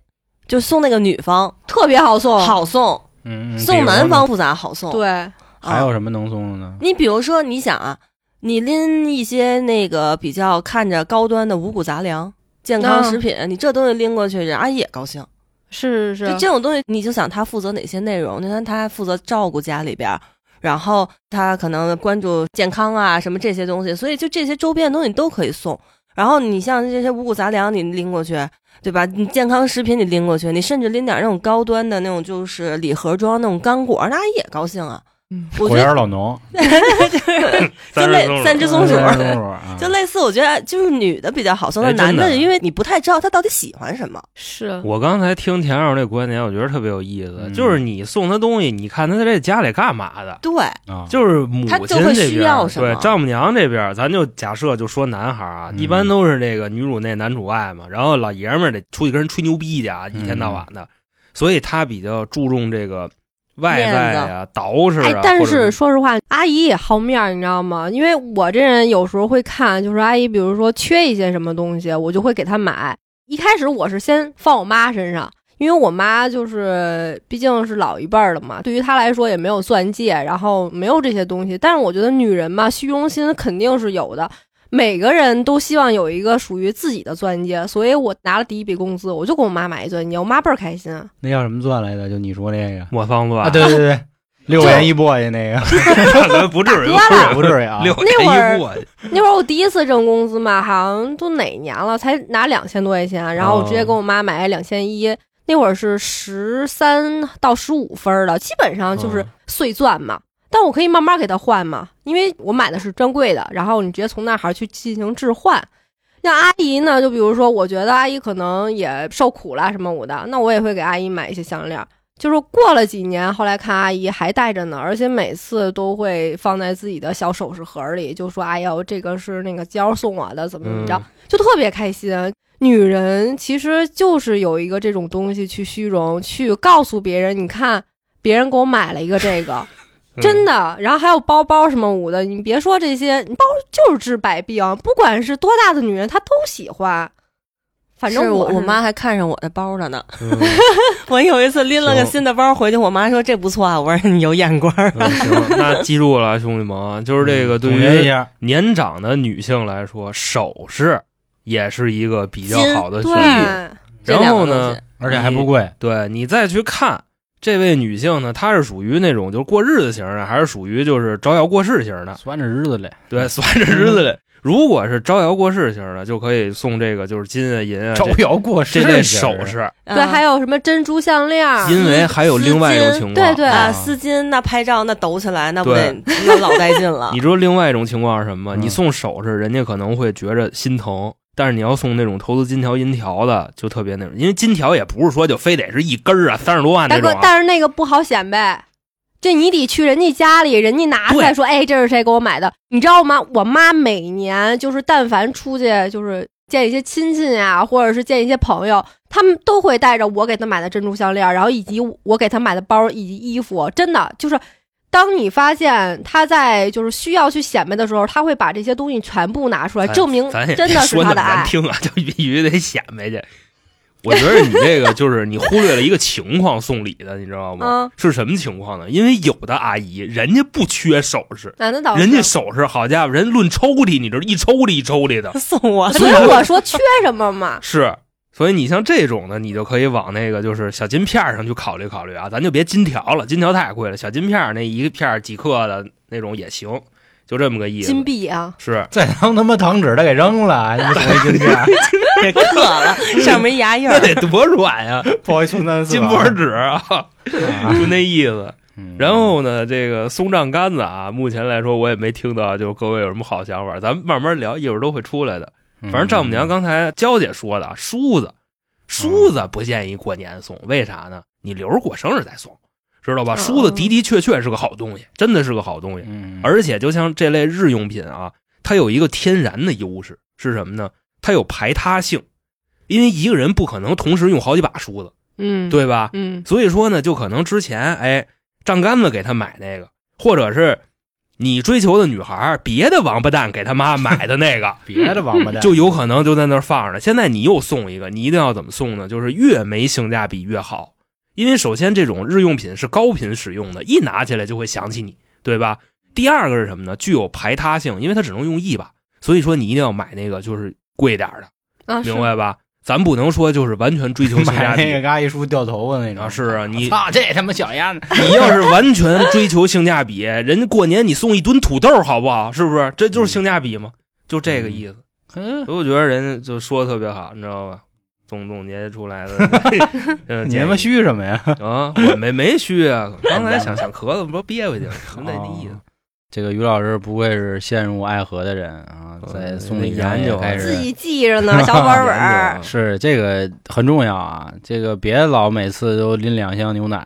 [SPEAKER 5] 就送那个女方
[SPEAKER 4] 特别好送，
[SPEAKER 5] 好送，
[SPEAKER 2] 嗯，嗯
[SPEAKER 5] 送男。
[SPEAKER 2] 比如
[SPEAKER 5] 方
[SPEAKER 2] 呢
[SPEAKER 5] 不咋好送。
[SPEAKER 4] 哦对，
[SPEAKER 5] 啊，
[SPEAKER 2] 还有什么能送的呢？
[SPEAKER 5] 你比如说，你想啊，你拎一些那个比较看着高端的五谷杂粮、健康
[SPEAKER 4] 嗯
[SPEAKER 5] 食品，你这东西拎过去，人阿姨也高兴。
[SPEAKER 4] 是是
[SPEAKER 5] 就这种东西，你就想他负责哪些内容？你看他负责照顾家里边儿，然后他可能关注健康啊什么这些东西，所以就这些周边的东西都可以送。然后你像这些五谷杂粮，你拎过去，对吧？你健康食品你拎过去，你甚至拎点那种高端的那种，就是礼盒装那种干果，那阿姨也高兴啊。
[SPEAKER 4] 嗯
[SPEAKER 5] 我觉
[SPEAKER 2] 果园
[SPEAKER 5] 得
[SPEAKER 2] 儿老农，
[SPEAKER 5] 就类三只松鼠，
[SPEAKER 2] 三只松鼠 啊，
[SPEAKER 5] 就类似，我觉得就是女的比较好送，
[SPEAKER 3] 哎
[SPEAKER 5] 但男
[SPEAKER 3] 真
[SPEAKER 5] 的
[SPEAKER 3] 的
[SPEAKER 5] 因为你不太知道他到底喜欢什么。
[SPEAKER 4] 是，
[SPEAKER 3] 我刚才听田老师这观点，我觉得特别有意思，
[SPEAKER 2] 嗯
[SPEAKER 3] 就是你送他东西，你看他在家里干嘛的，
[SPEAKER 5] 对，
[SPEAKER 2] 啊，
[SPEAKER 3] 就是母亲
[SPEAKER 5] 他就会
[SPEAKER 3] 这
[SPEAKER 5] 需
[SPEAKER 3] 边
[SPEAKER 5] 要
[SPEAKER 3] 儿，
[SPEAKER 5] 什么
[SPEAKER 3] 对丈母娘这边儿，咱就假设就说男孩儿啊，
[SPEAKER 2] 嗯
[SPEAKER 3] 一般都是这个女主内男主外嘛，然后老爷们儿得出去跟人吹牛逼去啊，一天
[SPEAKER 2] 嗯
[SPEAKER 3] 到晚的，所以他比较注重这个外在啊、捯饬
[SPEAKER 4] 哎
[SPEAKER 3] 啊。，
[SPEAKER 4] 但
[SPEAKER 3] 或者
[SPEAKER 4] 是说实话，阿姨也好面儿，你知道吗？因为我这人有时候会看，就是阿姨，比如说缺一些什么东西，我就会给她买。一开始我是先放我妈身上，因为我妈就是毕竟是老一辈儿了嘛，对于她来说也没有钻戒，然后没有这些东西。但是我觉得女人嘛，虚荣心肯定是有的。每个人都希望有一个属于自己的钻戒，所以我拿了第一笔工资，我就给我妈买一钻戒，我妈倍儿开心。啊
[SPEAKER 2] 那叫什么钻来着？就你说那个
[SPEAKER 3] 磨坊
[SPEAKER 2] 啊，
[SPEAKER 3] 乱，
[SPEAKER 2] 对对对，六元一簸箕那个，
[SPEAKER 3] 啊不至于，
[SPEAKER 4] 大哥 了
[SPEAKER 2] 不至于啊，
[SPEAKER 3] 六
[SPEAKER 4] 那会儿
[SPEAKER 3] 一过去
[SPEAKER 4] 那会儿我第一次挣工资嘛，好像都哪年了，才拿两千多块钱，然后我直接给我妈买两千一。那会儿是十三到十五分儿的，基本上就是
[SPEAKER 3] 嗯
[SPEAKER 4] 碎钻嘛。但我可以慢慢给它换嘛，因为我买的是专柜的，然后你直接从那儿去进行置换。像阿姨呢，就比如说，我觉得阿姨可能也受苦啦什么我的，那我也会给阿姨买一些项链儿。就是过了几年，后来看阿姨还戴着呢，而且每次都会放在自己的小首饰盒里，就说：“哎呦，这个是那个娇儿送我的，怎么怎么着。
[SPEAKER 3] 嗯
[SPEAKER 4] 就特别开心。女人其实就是有一个这种东西去虚荣，去告诉别人，你看别人给我买了一个这个，
[SPEAKER 3] 嗯
[SPEAKER 4] 真的。然后还有包包什么舞的，你别说这些，包就是治百病，不管是多大的女人，她都喜欢。反正
[SPEAKER 5] 是
[SPEAKER 4] 我
[SPEAKER 5] 我我妈还看上我的包了呢。
[SPEAKER 3] 嗯嗯
[SPEAKER 5] 我有一次拎了个
[SPEAKER 2] 行
[SPEAKER 5] 新的包回去，我妈说这不错啊，我说你有眼光儿。
[SPEAKER 3] 嗯行，那记住了，兄弟们啊，就是这个
[SPEAKER 2] 嗯
[SPEAKER 3] 对
[SPEAKER 2] 总结一
[SPEAKER 3] 于
[SPEAKER 2] 下，
[SPEAKER 3] 年长的女性来说，首饰也是一个比较
[SPEAKER 5] 金
[SPEAKER 3] 好的选
[SPEAKER 4] 对
[SPEAKER 3] 择。
[SPEAKER 5] 这两
[SPEAKER 3] 然后
[SPEAKER 5] 个东
[SPEAKER 3] 呢
[SPEAKER 5] 西，
[SPEAKER 2] 而且还不贵，
[SPEAKER 3] 对你再去看这位女性呢，她是属于那种就是过日子型的，还是属于就是招摇过市型的？
[SPEAKER 2] 算着日子嘞，嗯
[SPEAKER 3] 对，算着日子的。 如果是招摇过市型的，就可以送这个就是金啊银啊
[SPEAKER 2] 招
[SPEAKER 3] 这
[SPEAKER 2] 摇过市
[SPEAKER 3] 这类
[SPEAKER 2] 型
[SPEAKER 3] 首
[SPEAKER 2] 儿
[SPEAKER 3] 饰，
[SPEAKER 5] 啊
[SPEAKER 4] 对，还有什么珍珠项链儿？
[SPEAKER 3] 因为还有另外一种情况，
[SPEAKER 4] 对对
[SPEAKER 5] 啊，
[SPEAKER 3] 啊
[SPEAKER 5] 丝巾那拍照那抖起来那不
[SPEAKER 3] 对
[SPEAKER 5] 得那老带劲了
[SPEAKER 3] 你知道另外一种情况是什么吗？
[SPEAKER 2] 嗯
[SPEAKER 3] 你送首饰，人家可能会觉着心疼，但是你要送那种投资金条、银条的，就特别那种，因为金条也不是说就非得是一根儿啊，三十多万
[SPEAKER 4] 大
[SPEAKER 3] 这种
[SPEAKER 4] 哥，
[SPEAKER 3] 啊。
[SPEAKER 4] 但是那个不好显摆，这你得去人家家里，人家拿出来
[SPEAKER 3] 对
[SPEAKER 4] 说，哎，这是谁给我买的？你知道吗？我妈每年就是但凡出去就是见一些亲戚啊，或者是见一些朋友，他们都会带着我给她买的珍珠项链，然后以及我给她买的包以及衣服，真的就是。当你发现她在就是需要去显摆的时候，她会把这些东西全部拿出来，
[SPEAKER 3] 咱
[SPEAKER 4] 证明
[SPEAKER 3] 咱也
[SPEAKER 4] 真的是
[SPEAKER 3] 说那么
[SPEAKER 4] 她的爱
[SPEAKER 3] 难。听啊，就必须得显摆去。我觉得你这个就是你忽略了一个情况送礼的，你知道吗
[SPEAKER 4] 嗯？
[SPEAKER 3] 是什么情况呢？因为有的阿姨人家不缺首饰，
[SPEAKER 4] 男的倒哦是
[SPEAKER 3] 人家首饰好家伙，人论抽屉，你知道一抽屉一抽屉的，？
[SPEAKER 5] 送我
[SPEAKER 4] 所以我说缺什么 嘛
[SPEAKER 3] 是，所以你像这种呢，你就可以往那个就是小金片儿上去考虑考虑啊，咱就别金条了，金条太贵了，小金片儿那一个片儿几克的那种也行，就这么个意思。
[SPEAKER 4] 金币啊，
[SPEAKER 3] 是，
[SPEAKER 2] 再当他妈糖纸的给扔了，你回金 片儿，
[SPEAKER 5] 别渴了，上面牙印
[SPEAKER 3] 那
[SPEAKER 5] 儿。
[SPEAKER 3] 得多软呀、
[SPEAKER 2] 不好意思，那
[SPEAKER 3] 金箔纸啊，就那意思。
[SPEAKER 2] 嗯
[SPEAKER 3] 然后呢，这个松胀杆子啊，目前来说我也没听到，就各位有什么好想法，咱们慢慢聊，一会儿都会出来的。
[SPEAKER 2] 反
[SPEAKER 3] 反正丈
[SPEAKER 2] 嗯
[SPEAKER 3] 母娘刚才娇姐说的啊，梳子，梳子不建议过年送，为啥呢？你留着过生日再送，知道吧？
[SPEAKER 4] 嗯
[SPEAKER 3] 梳子的的确确是个好东西，真的是个好东西。
[SPEAKER 2] 嗯，
[SPEAKER 3] 而且就像这类日用品啊，它有一个天然的优势是什么呢？它有排他性，因为一个人不可能同时用好几把梳子，
[SPEAKER 4] 嗯，，
[SPEAKER 3] 对吧？
[SPEAKER 4] 嗯，
[SPEAKER 3] 所以说呢，就可能之前哎，丈杆子给他买那个，或者是你追求的女孩儿别的王八蛋给他妈买的那个，
[SPEAKER 2] 别的王八蛋
[SPEAKER 3] 就有可能就在那儿放着了。现在你又送一个，你一定要怎么送呢？就是越没性价比越好，因为首先这种日用品是高频使用的，一拿起来就会想起你，对吧？第二个是什么呢？具有排他性，因为它只能用一把，所以说你一定要买那个就是贵点儿的，
[SPEAKER 4] 啊，是
[SPEAKER 3] 明白吧？咱不能说就是完全追求性价
[SPEAKER 2] 买
[SPEAKER 3] 比
[SPEAKER 2] 那个嘎一梳掉头发那种
[SPEAKER 3] 啊，是啊，你
[SPEAKER 2] 操这他妈小丫头，
[SPEAKER 3] 你要是完全追求性价比，人家过年你送一吨土豆好不好？是不是？这就是性价比嘛，就这个意思。
[SPEAKER 2] 嗯，
[SPEAKER 3] 所以我觉得人家就说的特别好，你知道吧？总总结 出来的，呃，
[SPEAKER 2] 你他妈
[SPEAKER 3] 建
[SPEAKER 2] 虚什么呀？
[SPEAKER 3] 议啊！我没没虚啊，刚才想想咳嗽，不是憋回去了，那那意思
[SPEAKER 2] 哦。这个于老师不愧是陷入爱河的人啊，
[SPEAKER 3] 嗯
[SPEAKER 2] 在送礼
[SPEAKER 3] 研
[SPEAKER 2] 上
[SPEAKER 3] 究
[SPEAKER 2] 也
[SPEAKER 3] 啊
[SPEAKER 2] 开
[SPEAKER 4] 自
[SPEAKER 2] 始
[SPEAKER 4] 己记着呢，小 本本儿。
[SPEAKER 2] 是这个很重要啊，这个别老每次都拎两箱牛奶，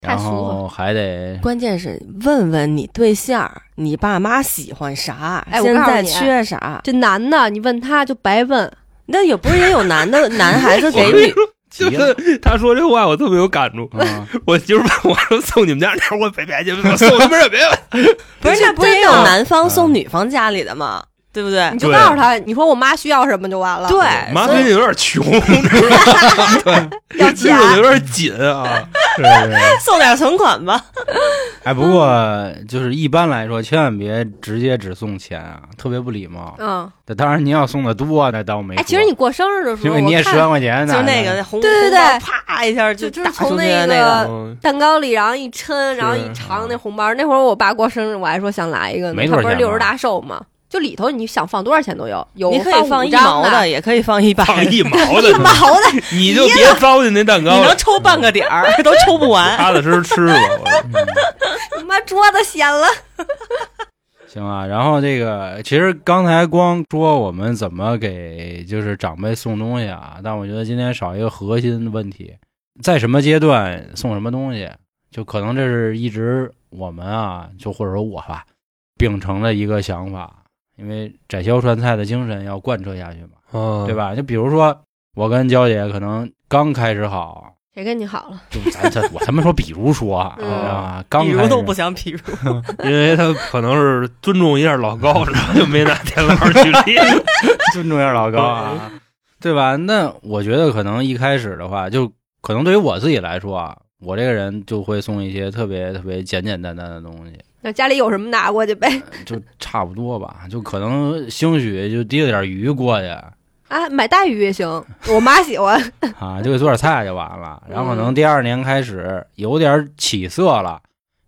[SPEAKER 4] 太
[SPEAKER 2] 然
[SPEAKER 4] 俗了
[SPEAKER 2] 后还得
[SPEAKER 5] 关键是问问你对象，你爸妈喜欢啥，
[SPEAKER 4] 哎我
[SPEAKER 5] 现
[SPEAKER 4] 告诉
[SPEAKER 5] 在
[SPEAKER 4] 你
[SPEAKER 5] 缺啥？
[SPEAKER 4] 这男的，你问他就白问，
[SPEAKER 5] 那也不是也有 男的男孩子给女，
[SPEAKER 2] 急了
[SPEAKER 3] 是他说这话，我特别有感触。
[SPEAKER 2] 啊，
[SPEAKER 3] 我今儿问我说送你们家那，我别别去，我送他们什么呀？
[SPEAKER 5] 不是那不是啊也有
[SPEAKER 4] 真的
[SPEAKER 5] 男方送女方家里的吗？对不对？
[SPEAKER 4] 你就告诉他，你说我妈需要什么就完了。
[SPEAKER 5] 嗯对，
[SPEAKER 3] 妈
[SPEAKER 5] 所
[SPEAKER 3] 最
[SPEAKER 5] 以
[SPEAKER 3] 近有点穷，知道吗？对，
[SPEAKER 4] 要
[SPEAKER 3] 日
[SPEAKER 4] 钱
[SPEAKER 3] 子有点紧 啊。
[SPEAKER 2] 是是。
[SPEAKER 5] 送点存款吧。
[SPEAKER 2] 哎，不过就是一般来说，千万别直接只送钱啊，特别不礼貌。
[SPEAKER 4] 嗯，
[SPEAKER 2] 但当然您要送的多，那倒没说。
[SPEAKER 4] 哎，其实你过生日的时
[SPEAKER 2] 因
[SPEAKER 4] 候，
[SPEAKER 2] 为
[SPEAKER 4] 我
[SPEAKER 2] 你也十
[SPEAKER 4] 看
[SPEAKER 2] 万块钱呢，
[SPEAKER 5] 就是那个红
[SPEAKER 4] 对对对
[SPEAKER 5] 红包啪一下就
[SPEAKER 4] 就就是
[SPEAKER 5] 打
[SPEAKER 4] 从
[SPEAKER 5] 出去
[SPEAKER 4] 那个
[SPEAKER 5] 的那个，
[SPEAKER 3] 嗯
[SPEAKER 4] 蛋糕里，然后一抻，然后一尝那红包。那会儿我爸过生日，我还说想来一个呢
[SPEAKER 2] 没，
[SPEAKER 4] 他
[SPEAKER 2] 多少
[SPEAKER 4] 不是
[SPEAKER 2] 钱
[SPEAKER 4] 六
[SPEAKER 2] 吧
[SPEAKER 4] 十大寿吗？就里头你想放多少钱都有，有
[SPEAKER 5] 你可以
[SPEAKER 4] 放
[SPEAKER 5] 放
[SPEAKER 4] 五
[SPEAKER 5] 一
[SPEAKER 4] 张
[SPEAKER 5] 毛的，，也可以放一百
[SPEAKER 3] 放
[SPEAKER 5] 的，
[SPEAKER 3] 一毛 的，
[SPEAKER 4] 毛的，
[SPEAKER 3] 你就别糟践那蛋
[SPEAKER 5] 你
[SPEAKER 3] 糕
[SPEAKER 5] 能
[SPEAKER 3] 了，
[SPEAKER 5] 抽半个点儿都抽不完。
[SPEAKER 3] 踏踏实实吃吧。我
[SPEAKER 4] 你妈桌子掀了。
[SPEAKER 2] 行啊。然后这个，其实刚才光说我们怎么给就是长辈送东西啊，但我觉得今天少一个核心问题，在什么阶段送什么东西，就可能这是一直我们啊，就或者说我吧，秉承的一个想法，因为窄销传菜的精神要贯彻下去嘛。
[SPEAKER 3] 嗯
[SPEAKER 2] 对？吧？就比如说我跟娇姐可能刚开始好，
[SPEAKER 4] 谁跟你好了？
[SPEAKER 2] 就咱这我他妈说，比如说啊，你
[SPEAKER 4] 嗯
[SPEAKER 2] 知道吧？刚
[SPEAKER 5] 比
[SPEAKER 2] 开
[SPEAKER 5] 如
[SPEAKER 2] 始
[SPEAKER 5] 都不想，比如
[SPEAKER 3] 因为他可能是尊重一下老高， 然后就没拿电烙去练。
[SPEAKER 2] 尊重一 下老高啊，对吧？那我觉得可能一开始的话，就可能对于我自己来说啊，我这个人就会送一些特别特别简简单单的东西，
[SPEAKER 4] 那家里有什么拿过去呗？
[SPEAKER 2] 就差不多吧，就可能兴许就提了点鱼过去。
[SPEAKER 4] 啊，买带鱼也行，我妈喜欢。
[SPEAKER 2] 啊，就给做点菜就完了。然后可能
[SPEAKER 4] 嗯
[SPEAKER 2] 第二年开始有点起色了，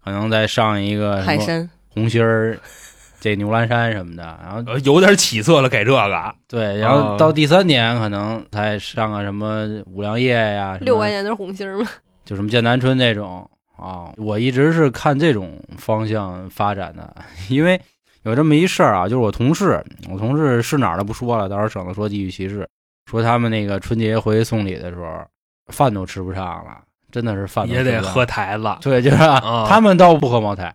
[SPEAKER 2] 可能再上一个什么
[SPEAKER 5] 海参。
[SPEAKER 2] 红心儿这牛栏山 什么的，然后
[SPEAKER 3] 呃有点起色了，给这个啊
[SPEAKER 2] 对，然后到第三年可能才上个什么五粮液呀，什么
[SPEAKER 4] 六块钱的红心儿嘛，
[SPEAKER 2] 就什么剑南春那种啊。我一直是看这种方向发展的， 因为有这么一事儿啊，就是我同事，我同事是哪儿的不说了，到时候省得说地域歧视，说他们那个春节回去送礼的时候，饭都吃不上了，真的是饭都吃
[SPEAKER 3] 也得
[SPEAKER 2] 不上
[SPEAKER 3] 喝台子
[SPEAKER 2] 对，就是啊、
[SPEAKER 3] 啊
[SPEAKER 2] 他们倒不喝茅台，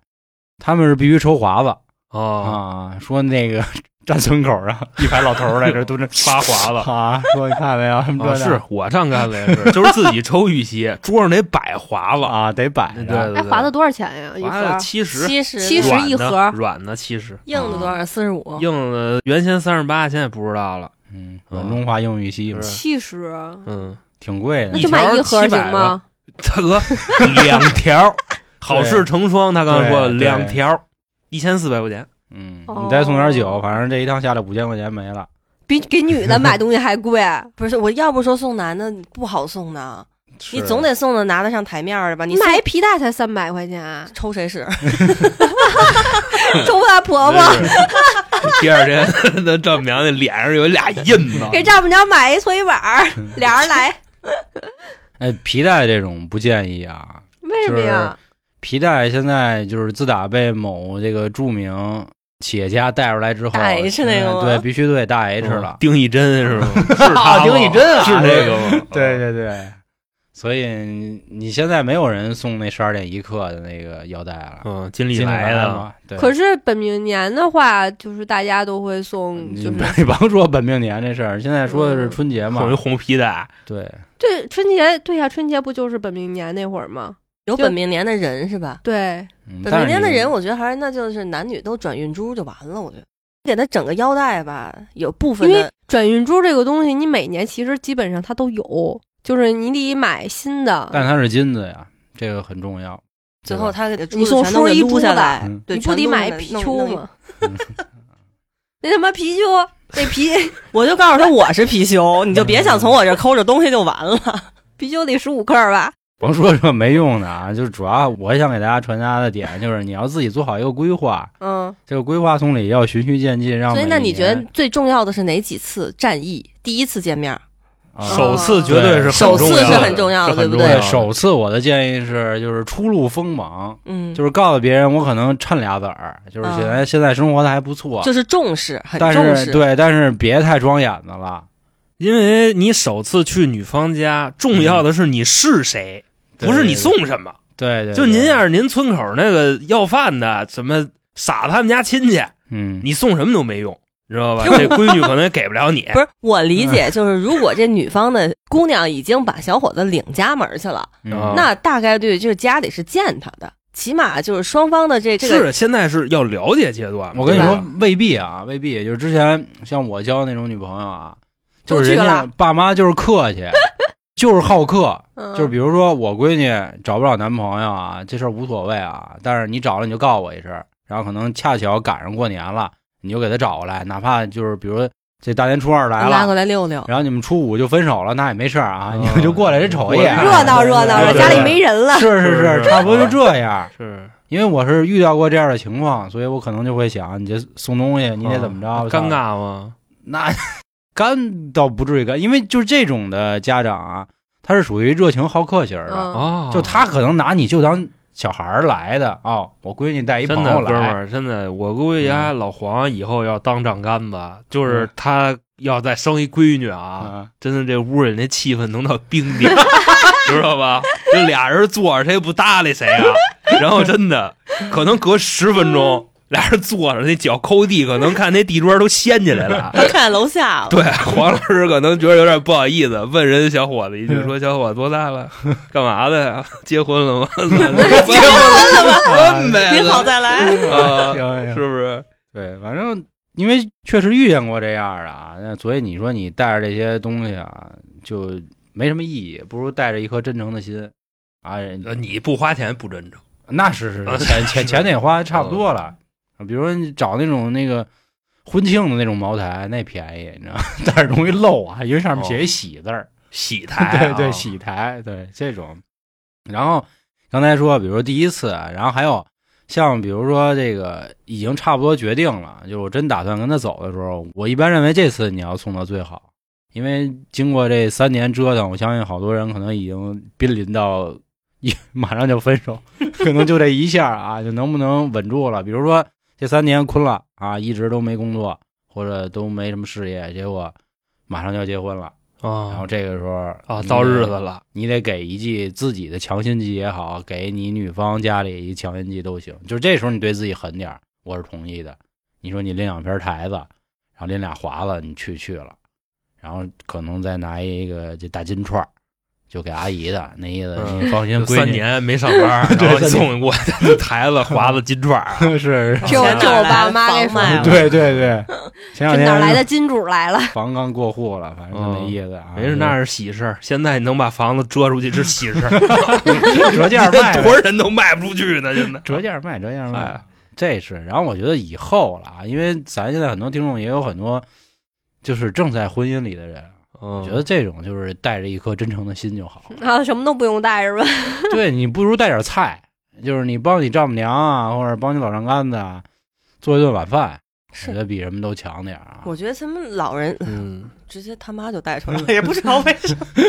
[SPEAKER 2] 他们是必须抽华子
[SPEAKER 3] 哦，
[SPEAKER 2] 啊。说那 个站村口上一排老头儿在这儿 蹲着
[SPEAKER 3] 发华了。
[SPEAKER 2] 啊，说你看没有什么
[SPEAKER 3] 啊
[SPEAKER 2] 这那
[SPEAKER 3] 是我上干了也是，就是自己抽玉玺，桌上得摆华子，
[SPEAKER 2] 啊，得摆
[SPEAKER 3] 对
[SPEAKER 2] 着。
[SPEAKER 3] 对
[SPEAKER 4] 哎，
[SPEAKER 3] 对，
[SPEAKER 4] 划的多少钱呀？一盒
[SPEAKER 3] 华子
[SPEAKER 4] 儿
[SPEAKER 3] 七十，嗯
[SPEAKER 5] 七十
[SPEAKER 4] 七十
[SPEAKER 3] 软
[SPEAKER 4] 一
[SPEAKER 3] 的
[SPEAKER 4] 盒哦
[SPEAKER 3] 软的七十，
[SPEAKER 5] 硬的多少？四十五。
[SPEAKER 3] 硬的原先三十八，现在不知道了。
[SPEAKER 2] 嗯，软中华英语系嘛
[SPEAKER 3] 是
[SPEAKER 4] 七十，
[SPEAKER 3] 嗯，
[SPEAKER 2] 挺贵的
[SPEAKER 4] 那
[SPEAKER 3] 一。
[SPEAKER 4] 就买
[SPEAKER 3] 条
[SPEAKER 4] 一盒
[SPEAKER 3] 700
[SPEAKER 4] 行吗？
[SPEAKER 3] 大哥，两条，好事成双。他刚才说了
[SPEAKER 2] 对对
[SPEAKER 3] 两条，一千四百块钱。
[SPEAKER 2] 嗯，
[SPEAKER 4] 哦
[SPEAKER 2] 你再送点酒，反正这一趟下来五千块钱没了。
[SPEAKER 4] 比给女的买东西还 贵。
[SPEAKER 5] 不是，我要不说送男的不好送呢，你
[SPEAKER 2] 是
[SPEAKER 5] 总得送的拿得上台面儿的吧？你送
[SPEAKER 4] 买一皮带才三百块 钱，
[SPEAKER 5] 抽谁使？
[SPEAKER 4] 周大婆婆
[SPEAKER 3] 这是第二天， 那丈母娘那脸上有俩印子。
[SPEAKER 4] 给丈母娘买一搓衣板儿，俩人来，
[SPEAKER 2] 哎，皮带这种不建议啊。
[SPEAKER 4] 为什么呀？
[SPEAKER 2] 皮带现在就是自打被某这个著名企业家带出来之后，
[SPEAKER 5] 大 H 那啊个
[SPEAKER 2] 嗯
[SPEAKER 5] 吗
[SPEAKER 2] 对，必须得大 H
[SPEAKER 3] 嗯
[SPEAKER 2] 了。
[SPEAKER 3] 丁义珍 是吗？是他吗
[SPEAKER 2] 丁义珍啊
[SPEAKER 3] 是这嗯个吗？
[SPEAKER 2] 对对对，所以你你现在没有人送那十二点一克的那个腰带了，
[SPEAKER 3] 嗯，金利
[SPEAKER 2] 进
[SPEAKER 3] 来
[SPEAKER 2] 的
[SPEAKER 3] 的，
[SPEAKER 2] 嘛？对。
[SPEAKER 4] 可是本命年的话，就是大家都会
[SPEAKER 5] 嗯
[SPEAKER 4] 送，
[SPEAKER 2] 你
[SPEAKER 4] 就是
[SPEAKER 2] 你甭说本命年这事儿，现在说的是春节嘛
[SPEAKER 3] 送一？红皮
[SPEAKER 2] 啊
[SPEAKER 3] 带，
[SPEAKER 2] 对，
[SPEAKER 4] 对春节，对呀、春节不就是本命年那会儿吗？
[SPEAKER 5] 有
[SPEAKER 4] 就
[SPEAKER 5] 本命年的人是吧？
[SPEAKER 4] 对，
[SPEAKER 2] 嗯
[SPEAKER 5] 本
[SPEAKER 2] 但
[SPEAKER 5] 命
[SPEAKER 2] 是
[SPEAKER 5] 年的
[SPEAKER 2] 你
[SPEAKER 5] 人，我觉得还是那就是男女都转运珠就完了。我觉得给他整个腰带吧，有部分
[SPEAKER 4] 因为
[SPEAKER 5] 的
[SPEAKER 4] 转运珠这个东西，你每年其实基本上它都有，就是你得买新
[SPEAKER 2] 但
[SPEAKER 4] 的，
[SPEAKER 2] 它是金子呀，这个很重要。
[SPEAKER 5] 最后他给他珠
[SPEAKER 4] 你
[SPEAKER 5] 子
[SPEAKER 4] 送
[SPEAKER 5] 全都
[SPEAKER 4] 叔
[SPEAKER 5] 给
[SPEAKER 4] 一
[SPEAKER 5] 撸
[SPEAKER 4] 珠
[SPEAKER 5] 下
[SPEAKER 4] 子
[SPEAKER 5] 来，
[SPEAKER 2] 嗯
[SPEAKER 5] 对，
[SPEAKER 4] 你不
[SPEAKER 5] 全
[SPEAKER 4] 得
[SPEAKER 5] 都
[SPEAKER 4] 买一
[SPEAKER 5] 给
[SPEAKER 4] 貔
[SPEAKER 5] 弄
[SPEAKER 4] 貅？
[SPEAKER 5] 弄
[SPEAKER 4] 吗？那他妈貔貅，那貔
[SPEAKER 5] 我就告诉他我是貔貅，你就别
[SPEAKER 2] 嗯
[SPEAKER 5] 想从我这儿抠着东西就完了。
[SPEAKER 4] 貔貅得十五克儿吧？
[SPEAKER 2] 甭说这没用的啊，就是主要我想给大家传达的点就是，你要自己做好一个规划，
[SPEAKER 4] 嗯，
[SPEAKER 2] 这个规划送礼要循序渐进，让
[SPEAKER 5] 所以，
[SPEAKER 2] 每
[SPEAKER 5] 那
[SPEAKER 2] 一
[SPEAKER 5] 你觉得
[SPEAKER 2] 年
[SPEAKER 5] 最重要的是哪几次战役？第一次见面，
[SPEAKER 2] 啊
[SPEAKER 3] 首次啊绝对是
[SPEAKER 5] 首
[SPEAKER 3] 很重
[SPEAKER 5] 次
[SPEAKER 3] 要的
[SPEAKER 5] 是很重要的，
[SPEAKER 3] 是
[SPEAKER 5] 对
[SPEAKER 3] 很
[SPEAKER 5] 不
[SPEAKER 3] 重要
[SPEAKER 5] 对
[SPEAKER 3] 的？
[SPEAKER 2] 对首次我的建议是，就是初露锋芒，
[SPEAKER 5] 嗯，
[SPEAKER 2] 就是告诉别人我可能掺俩子儿，就是
[SPEAKER 5] 啊
[SPEAKER 2] 现在现在生活的还不错，
[SPEAKER 5] 就是重视，很
[SPEAKER 2] 但
[SPEAKER 5] 重
[SPEAKER 2] 是
[SPEAKER 5] 视。
[SPEAKER 2] 对，但是别太装眼子了。
[SPEAKER 3] 因为你首次去女方家，重要的是你是谁，
[SPEAKER 2] 对
[SPEAKER 3] 不是你送什么。
[SPEAKER 2] 对对，对
[SPEAKER 3] 就您要，是您村口那个要饭的，怎么傻他们家亲戚，
[SPEAKER 2] 嗯，
[SPEAKER 3] 你送什么都没用，你知道 吧？这闺女可能也给不了你。
[SPEAKER 5] 不是我理解，就是如果这女方的姑娘已经把小伙子领家门去了，
[SPEAKER 3] 啊
[SPEAKER 2] 嗯
[SPEAKER 5] 那大概率就是家里是见他的，起码就是双方的这这个
[SPEAKER 3] 是现在是要了解阶段嘛，
[SPEAKER 2] 我跟你
[SPEAKER 3] 对
[SPEAKER 2] 说
[SPEAKER 3] 吧，
[SPEAKER 2] 未必啊，未必。就是之前像我交那种女朋友啊，
[SPEAKER 4] 都
[SPEAKER 2] 就是
[SPEAKER 4] 去
[SPEAKER 2] 人家
[SPEAKER 4] 了
[SPEAKER 2] 爸妈就是客 气，就是好客。
[SPEAKER 4] 嗯、
[SPEAKER 2] 就是比如说我闺女找不着男朋友啊，这事儿无所谓啊，但是你找了你就告诉我一声，然后可能恰巧赶上过年了，你就给她找过来，哪怕就是比如这大年初二来
[SPEAKER 5] 拉
[SPEAKER 2] 了
[SPEAKER 5] 过。来溜溜。
[SPEAKER 2] 然后你们初五就分手了，那也没事儿啊，
[SPEAKER 3] 嗯
[SPEAKER 2] 你们就过来这瞅一眼，
[SPEAKER 4] 嗯热闹热闹了，
[SPEAKER 3] 对对对
[SPEAKER 4] 家里没人了，
[SPEAKER 2] 是
[SPEAKER 3] 是
[SPEAKER 2] 是
[SPEAKER 3] 是
[SPEAKER 2] 差不多就这样。
[SPEAKER 3] 是
[SPEAKER 2] 因为我是遇到过这样的情况，所以我可能就会想，你这送东西，你得怎么着？
[SPEAKER 3] 啊
[SPEAKER 2] 我操
[SPEAKER 3] 尴，尬吗？
[SPEAKER 2] 那干倒不至于干，因为就是这种的家长啊，他是属于热情好客型儿的，
[SPEAKER 4] 嗯，
[SPEAKER 3] 哦，
[SPEAKER 2] 就他可能拿你就当小孩儿来的哦，我闺女带一
[SPEAKER 3] 真
[SPEAKER 2] 朋
[SPEAKER 3] 的
[SPEAKER 2] 友
[SPEAKER 3] 哥们
[SPEAKER 2] 来，
[SPEAKER 3] 儿，真的，我估计家老黄以后要当丈杆子，就是
[SPEAKER 2] 嗯
[SPEAKER 3] 他要再生一闺女 啊，
[SPEAKER 2] 啊，
[SPEAKER 3] 真的这屋里那气氛能到冰 点，知道吧？这俩人坐着，谁也不搭理谁 啊。然后真的，可能隔十分
[SPEAKER 2] 嗯
[SPEAKER 3] 钟，俩人坐着，那脚抠地，可能看那地砖都掀起来了。
[SPEAKER 5] 他看楼下了，
[SPEAKER 3] 对，黄老师可能觉得有点不好意思，问人小伙子一句，说：“小伙子多大了？ 干嘛的呀？ 结婚了吗？结婚 了吗？问呗。”
[SPEAKER 5] 您好，再来。
[SPEAKER 3] 啊，
[SPEAKER 2] 啊行
[SPEAKER 3] 是不是？
[SPEAKER 2] 对，反正因为确实遇见过这样的啊，那所以你说你带着这些东西啊，就没什么意义，不如带着一颗真诚的心啊。
[SPEAKER 3] 呃你不花钱不真诚。
[SPEAKER 2] 那是是
[SPEAKER 3] 啊
[SPEAKER 2] 是钱钱
[SPEAKER 3] 是
[SPEAKER 2] 钱得花差不多了，比如说你找那种那个婚庆的那种茅台，那便宜，你知道吗， 但是容易漏啊，因为上面写一喜字儿，
[SPEAKER 3] 喜台、
[SPEAKER 2] 对
[SPEAKER 3] 啊，
[SPEAKER 2] 对，啊喜台，对这种。然后刚才说，比如说第一次，然后还有像比如说这个已经差不多决定了，就是我真打算跟他走的时候，我一般认为这次你要送的最好，因为经过这三年折腾，我相信好多人可能已经濒临到一马上就分 手，可能就这一下啊，就能不能稳住了？比如说这三年困了啊，一直都没工作或者都没什么事业，结果马上就要结婚了，然
[SPEAKER 3] 啊
[SPEAKER 2] 后这个时候
[SPEAKER 3] 啊，
[SPEAKER 2] 你
[SPEAKER 3] 到日子了，
[SPEAKER 2] 你得给一剂自己的强心剂也好，给你女方家里一强心剂都行。就是这时候你对自己狠点儿我是同意的。你说你拎两片台子，然后拎俩华子，你去去了，然后可能再拿一个这大金串儿，就给阿姨的，那意思
[SPEAKER 3] 嗯
[SPEAKER 2] 你放心，
[SPEAKER 3] 就
[SPEAKER 2] 闺
[SPEAKER 3] 三
[SPEAKER 2] 女
[SPEAKER 3] 年没上班， 然后
[SPEAKER 2] 对三年
[SPEAKER 3] 送我的台子、华子、金串儿 啊，
[SPEAKER 2] 是是，
[SPEAKER 4] 这我
[SPEAKER 5] 钱
[SPEAKER 4] 这
[SPEAKER 5] 哪儿
[SPEAKER 4] 我
[SPEAKER 5] 来
[SPEAKER 4] 爸
[SPEAKER 5] 的
[SPEAKER 4] 妈
[SPEAKER 5] 房
[SPEAKER 4] 给说
[SPEAKER 5] 卖
[SPEAKER 4] 的
[SPEAKER 5] 了
[SPEAKER 2] 对对 对，前两
[SPEAKER 4] 哎这哪儿来
[SPEAKER 2] 天
[SPEAKER 4] 的金主来 了？
[SPEAKER 2] 房刚过户了，反正就那
[SPEAKER 3] 嗯
[SPEAKER 2] 意思啊。
[SPEAKER 3] 没事，那是喜事儿。现在你能把房子遮出去是喜事儿，
[SPEAKER 2] 是折价卖呗，
[SPEAKER 3] 多少人都卖不出去呢，现在。
[SPEAKER 2] 折价卖，折价卖
[SPEAKER 3] 哎。
[SPEAKER 2] 这是，然后我觉得以后了啊，因为咱现在很多听众也有很多，就是正在婚姻里的人，
[SPEAKER 3] 我
[SPEAKER 2] 我觉得这种就是带着一颗真诚的心就好。
[SPEAKER 4] 然啊后什么都不用带是吧？
[SPEAKER 2] 对你不如带点菜，就是你帮你丈母娘啊，或者帮你老丈杆子啊，做一顿晚饭，我觉
[SPEAKER 5] 是，
[SPEAKER 2] 得比什么都强点儿啊。
[SPEAKER 5] 我觉得他们老人
[SPEAKER 3] 嗯，
[SPEAKER 5] 直接他妈就带出来了， 也不知道为什么。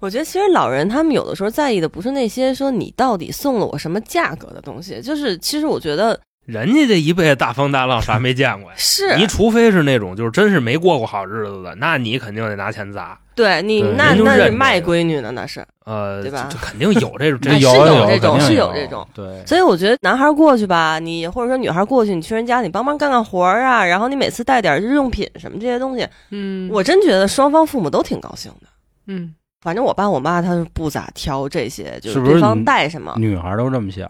[SPEAKER 5] 我觉得其实老人他们有的时候在意的不是那些说你到底送了我什么价格的东西，就是其实我觉得。
[SPEAKER 3] 人家这一辈子大风大浪啥没见过呀
[SPEAKER 5] 是啊
[SPEAKER 3] 你除非是那种就是真是没过过好日子的，那你肯定得拿钱砸。
[SPEAKER 5] 对你
[SPEAKER 2] 对
[SPEAKER 5] 那
[SPEAKER 2] 人就
[SPEAKER 5] 那是
[SPEAKER 3] 认
[SPEAKER 5] 卖
[SPEAKER 3] 这个
[SPEAKER 5] 闺女呢，那是。
[SPEAKER 3] 呃，
[SPEAKER 5] 对吧
[SPEAKER 3] 这这肯定有 这种
[SPEAKER 2] 这
[SPEAKER 3] 这
[SPEAKER 5] 哎
[SPEAKER 2] 有
[SPEAKER 5] 是有
[SPEAKER 2] 有
[SPEAKER 5] 这种
[SPEAKER 2] 肯定
[SPEAKER 5] 是有
[SPEAKER 2] 有
[SPEAKER 5] 这种，
[SPEAKER 2] 对，
[SPEAKER 5] 所以我觉得男孩儿过去吧，你或者说女孩儿过去，你去人家你帮忙干干活儿啊，然后你每次带点儿日用品什么这些东西，
[SPEAKER 4] 嗯
[SPEAKER 5] 我真觉得双方父母都挺高兴的。
[SPEAKER 4] 嗯，
[SPEAKER 5] 反正我爸我妈他是不咋挑这些，就是
[SPEAKER 2] 不是
[SPEAKER 5] 对方
[SPEAKER 2] 你嗯
[SPEAKER 5] 带什么
[SPEAKER 2] 女孩都这么想，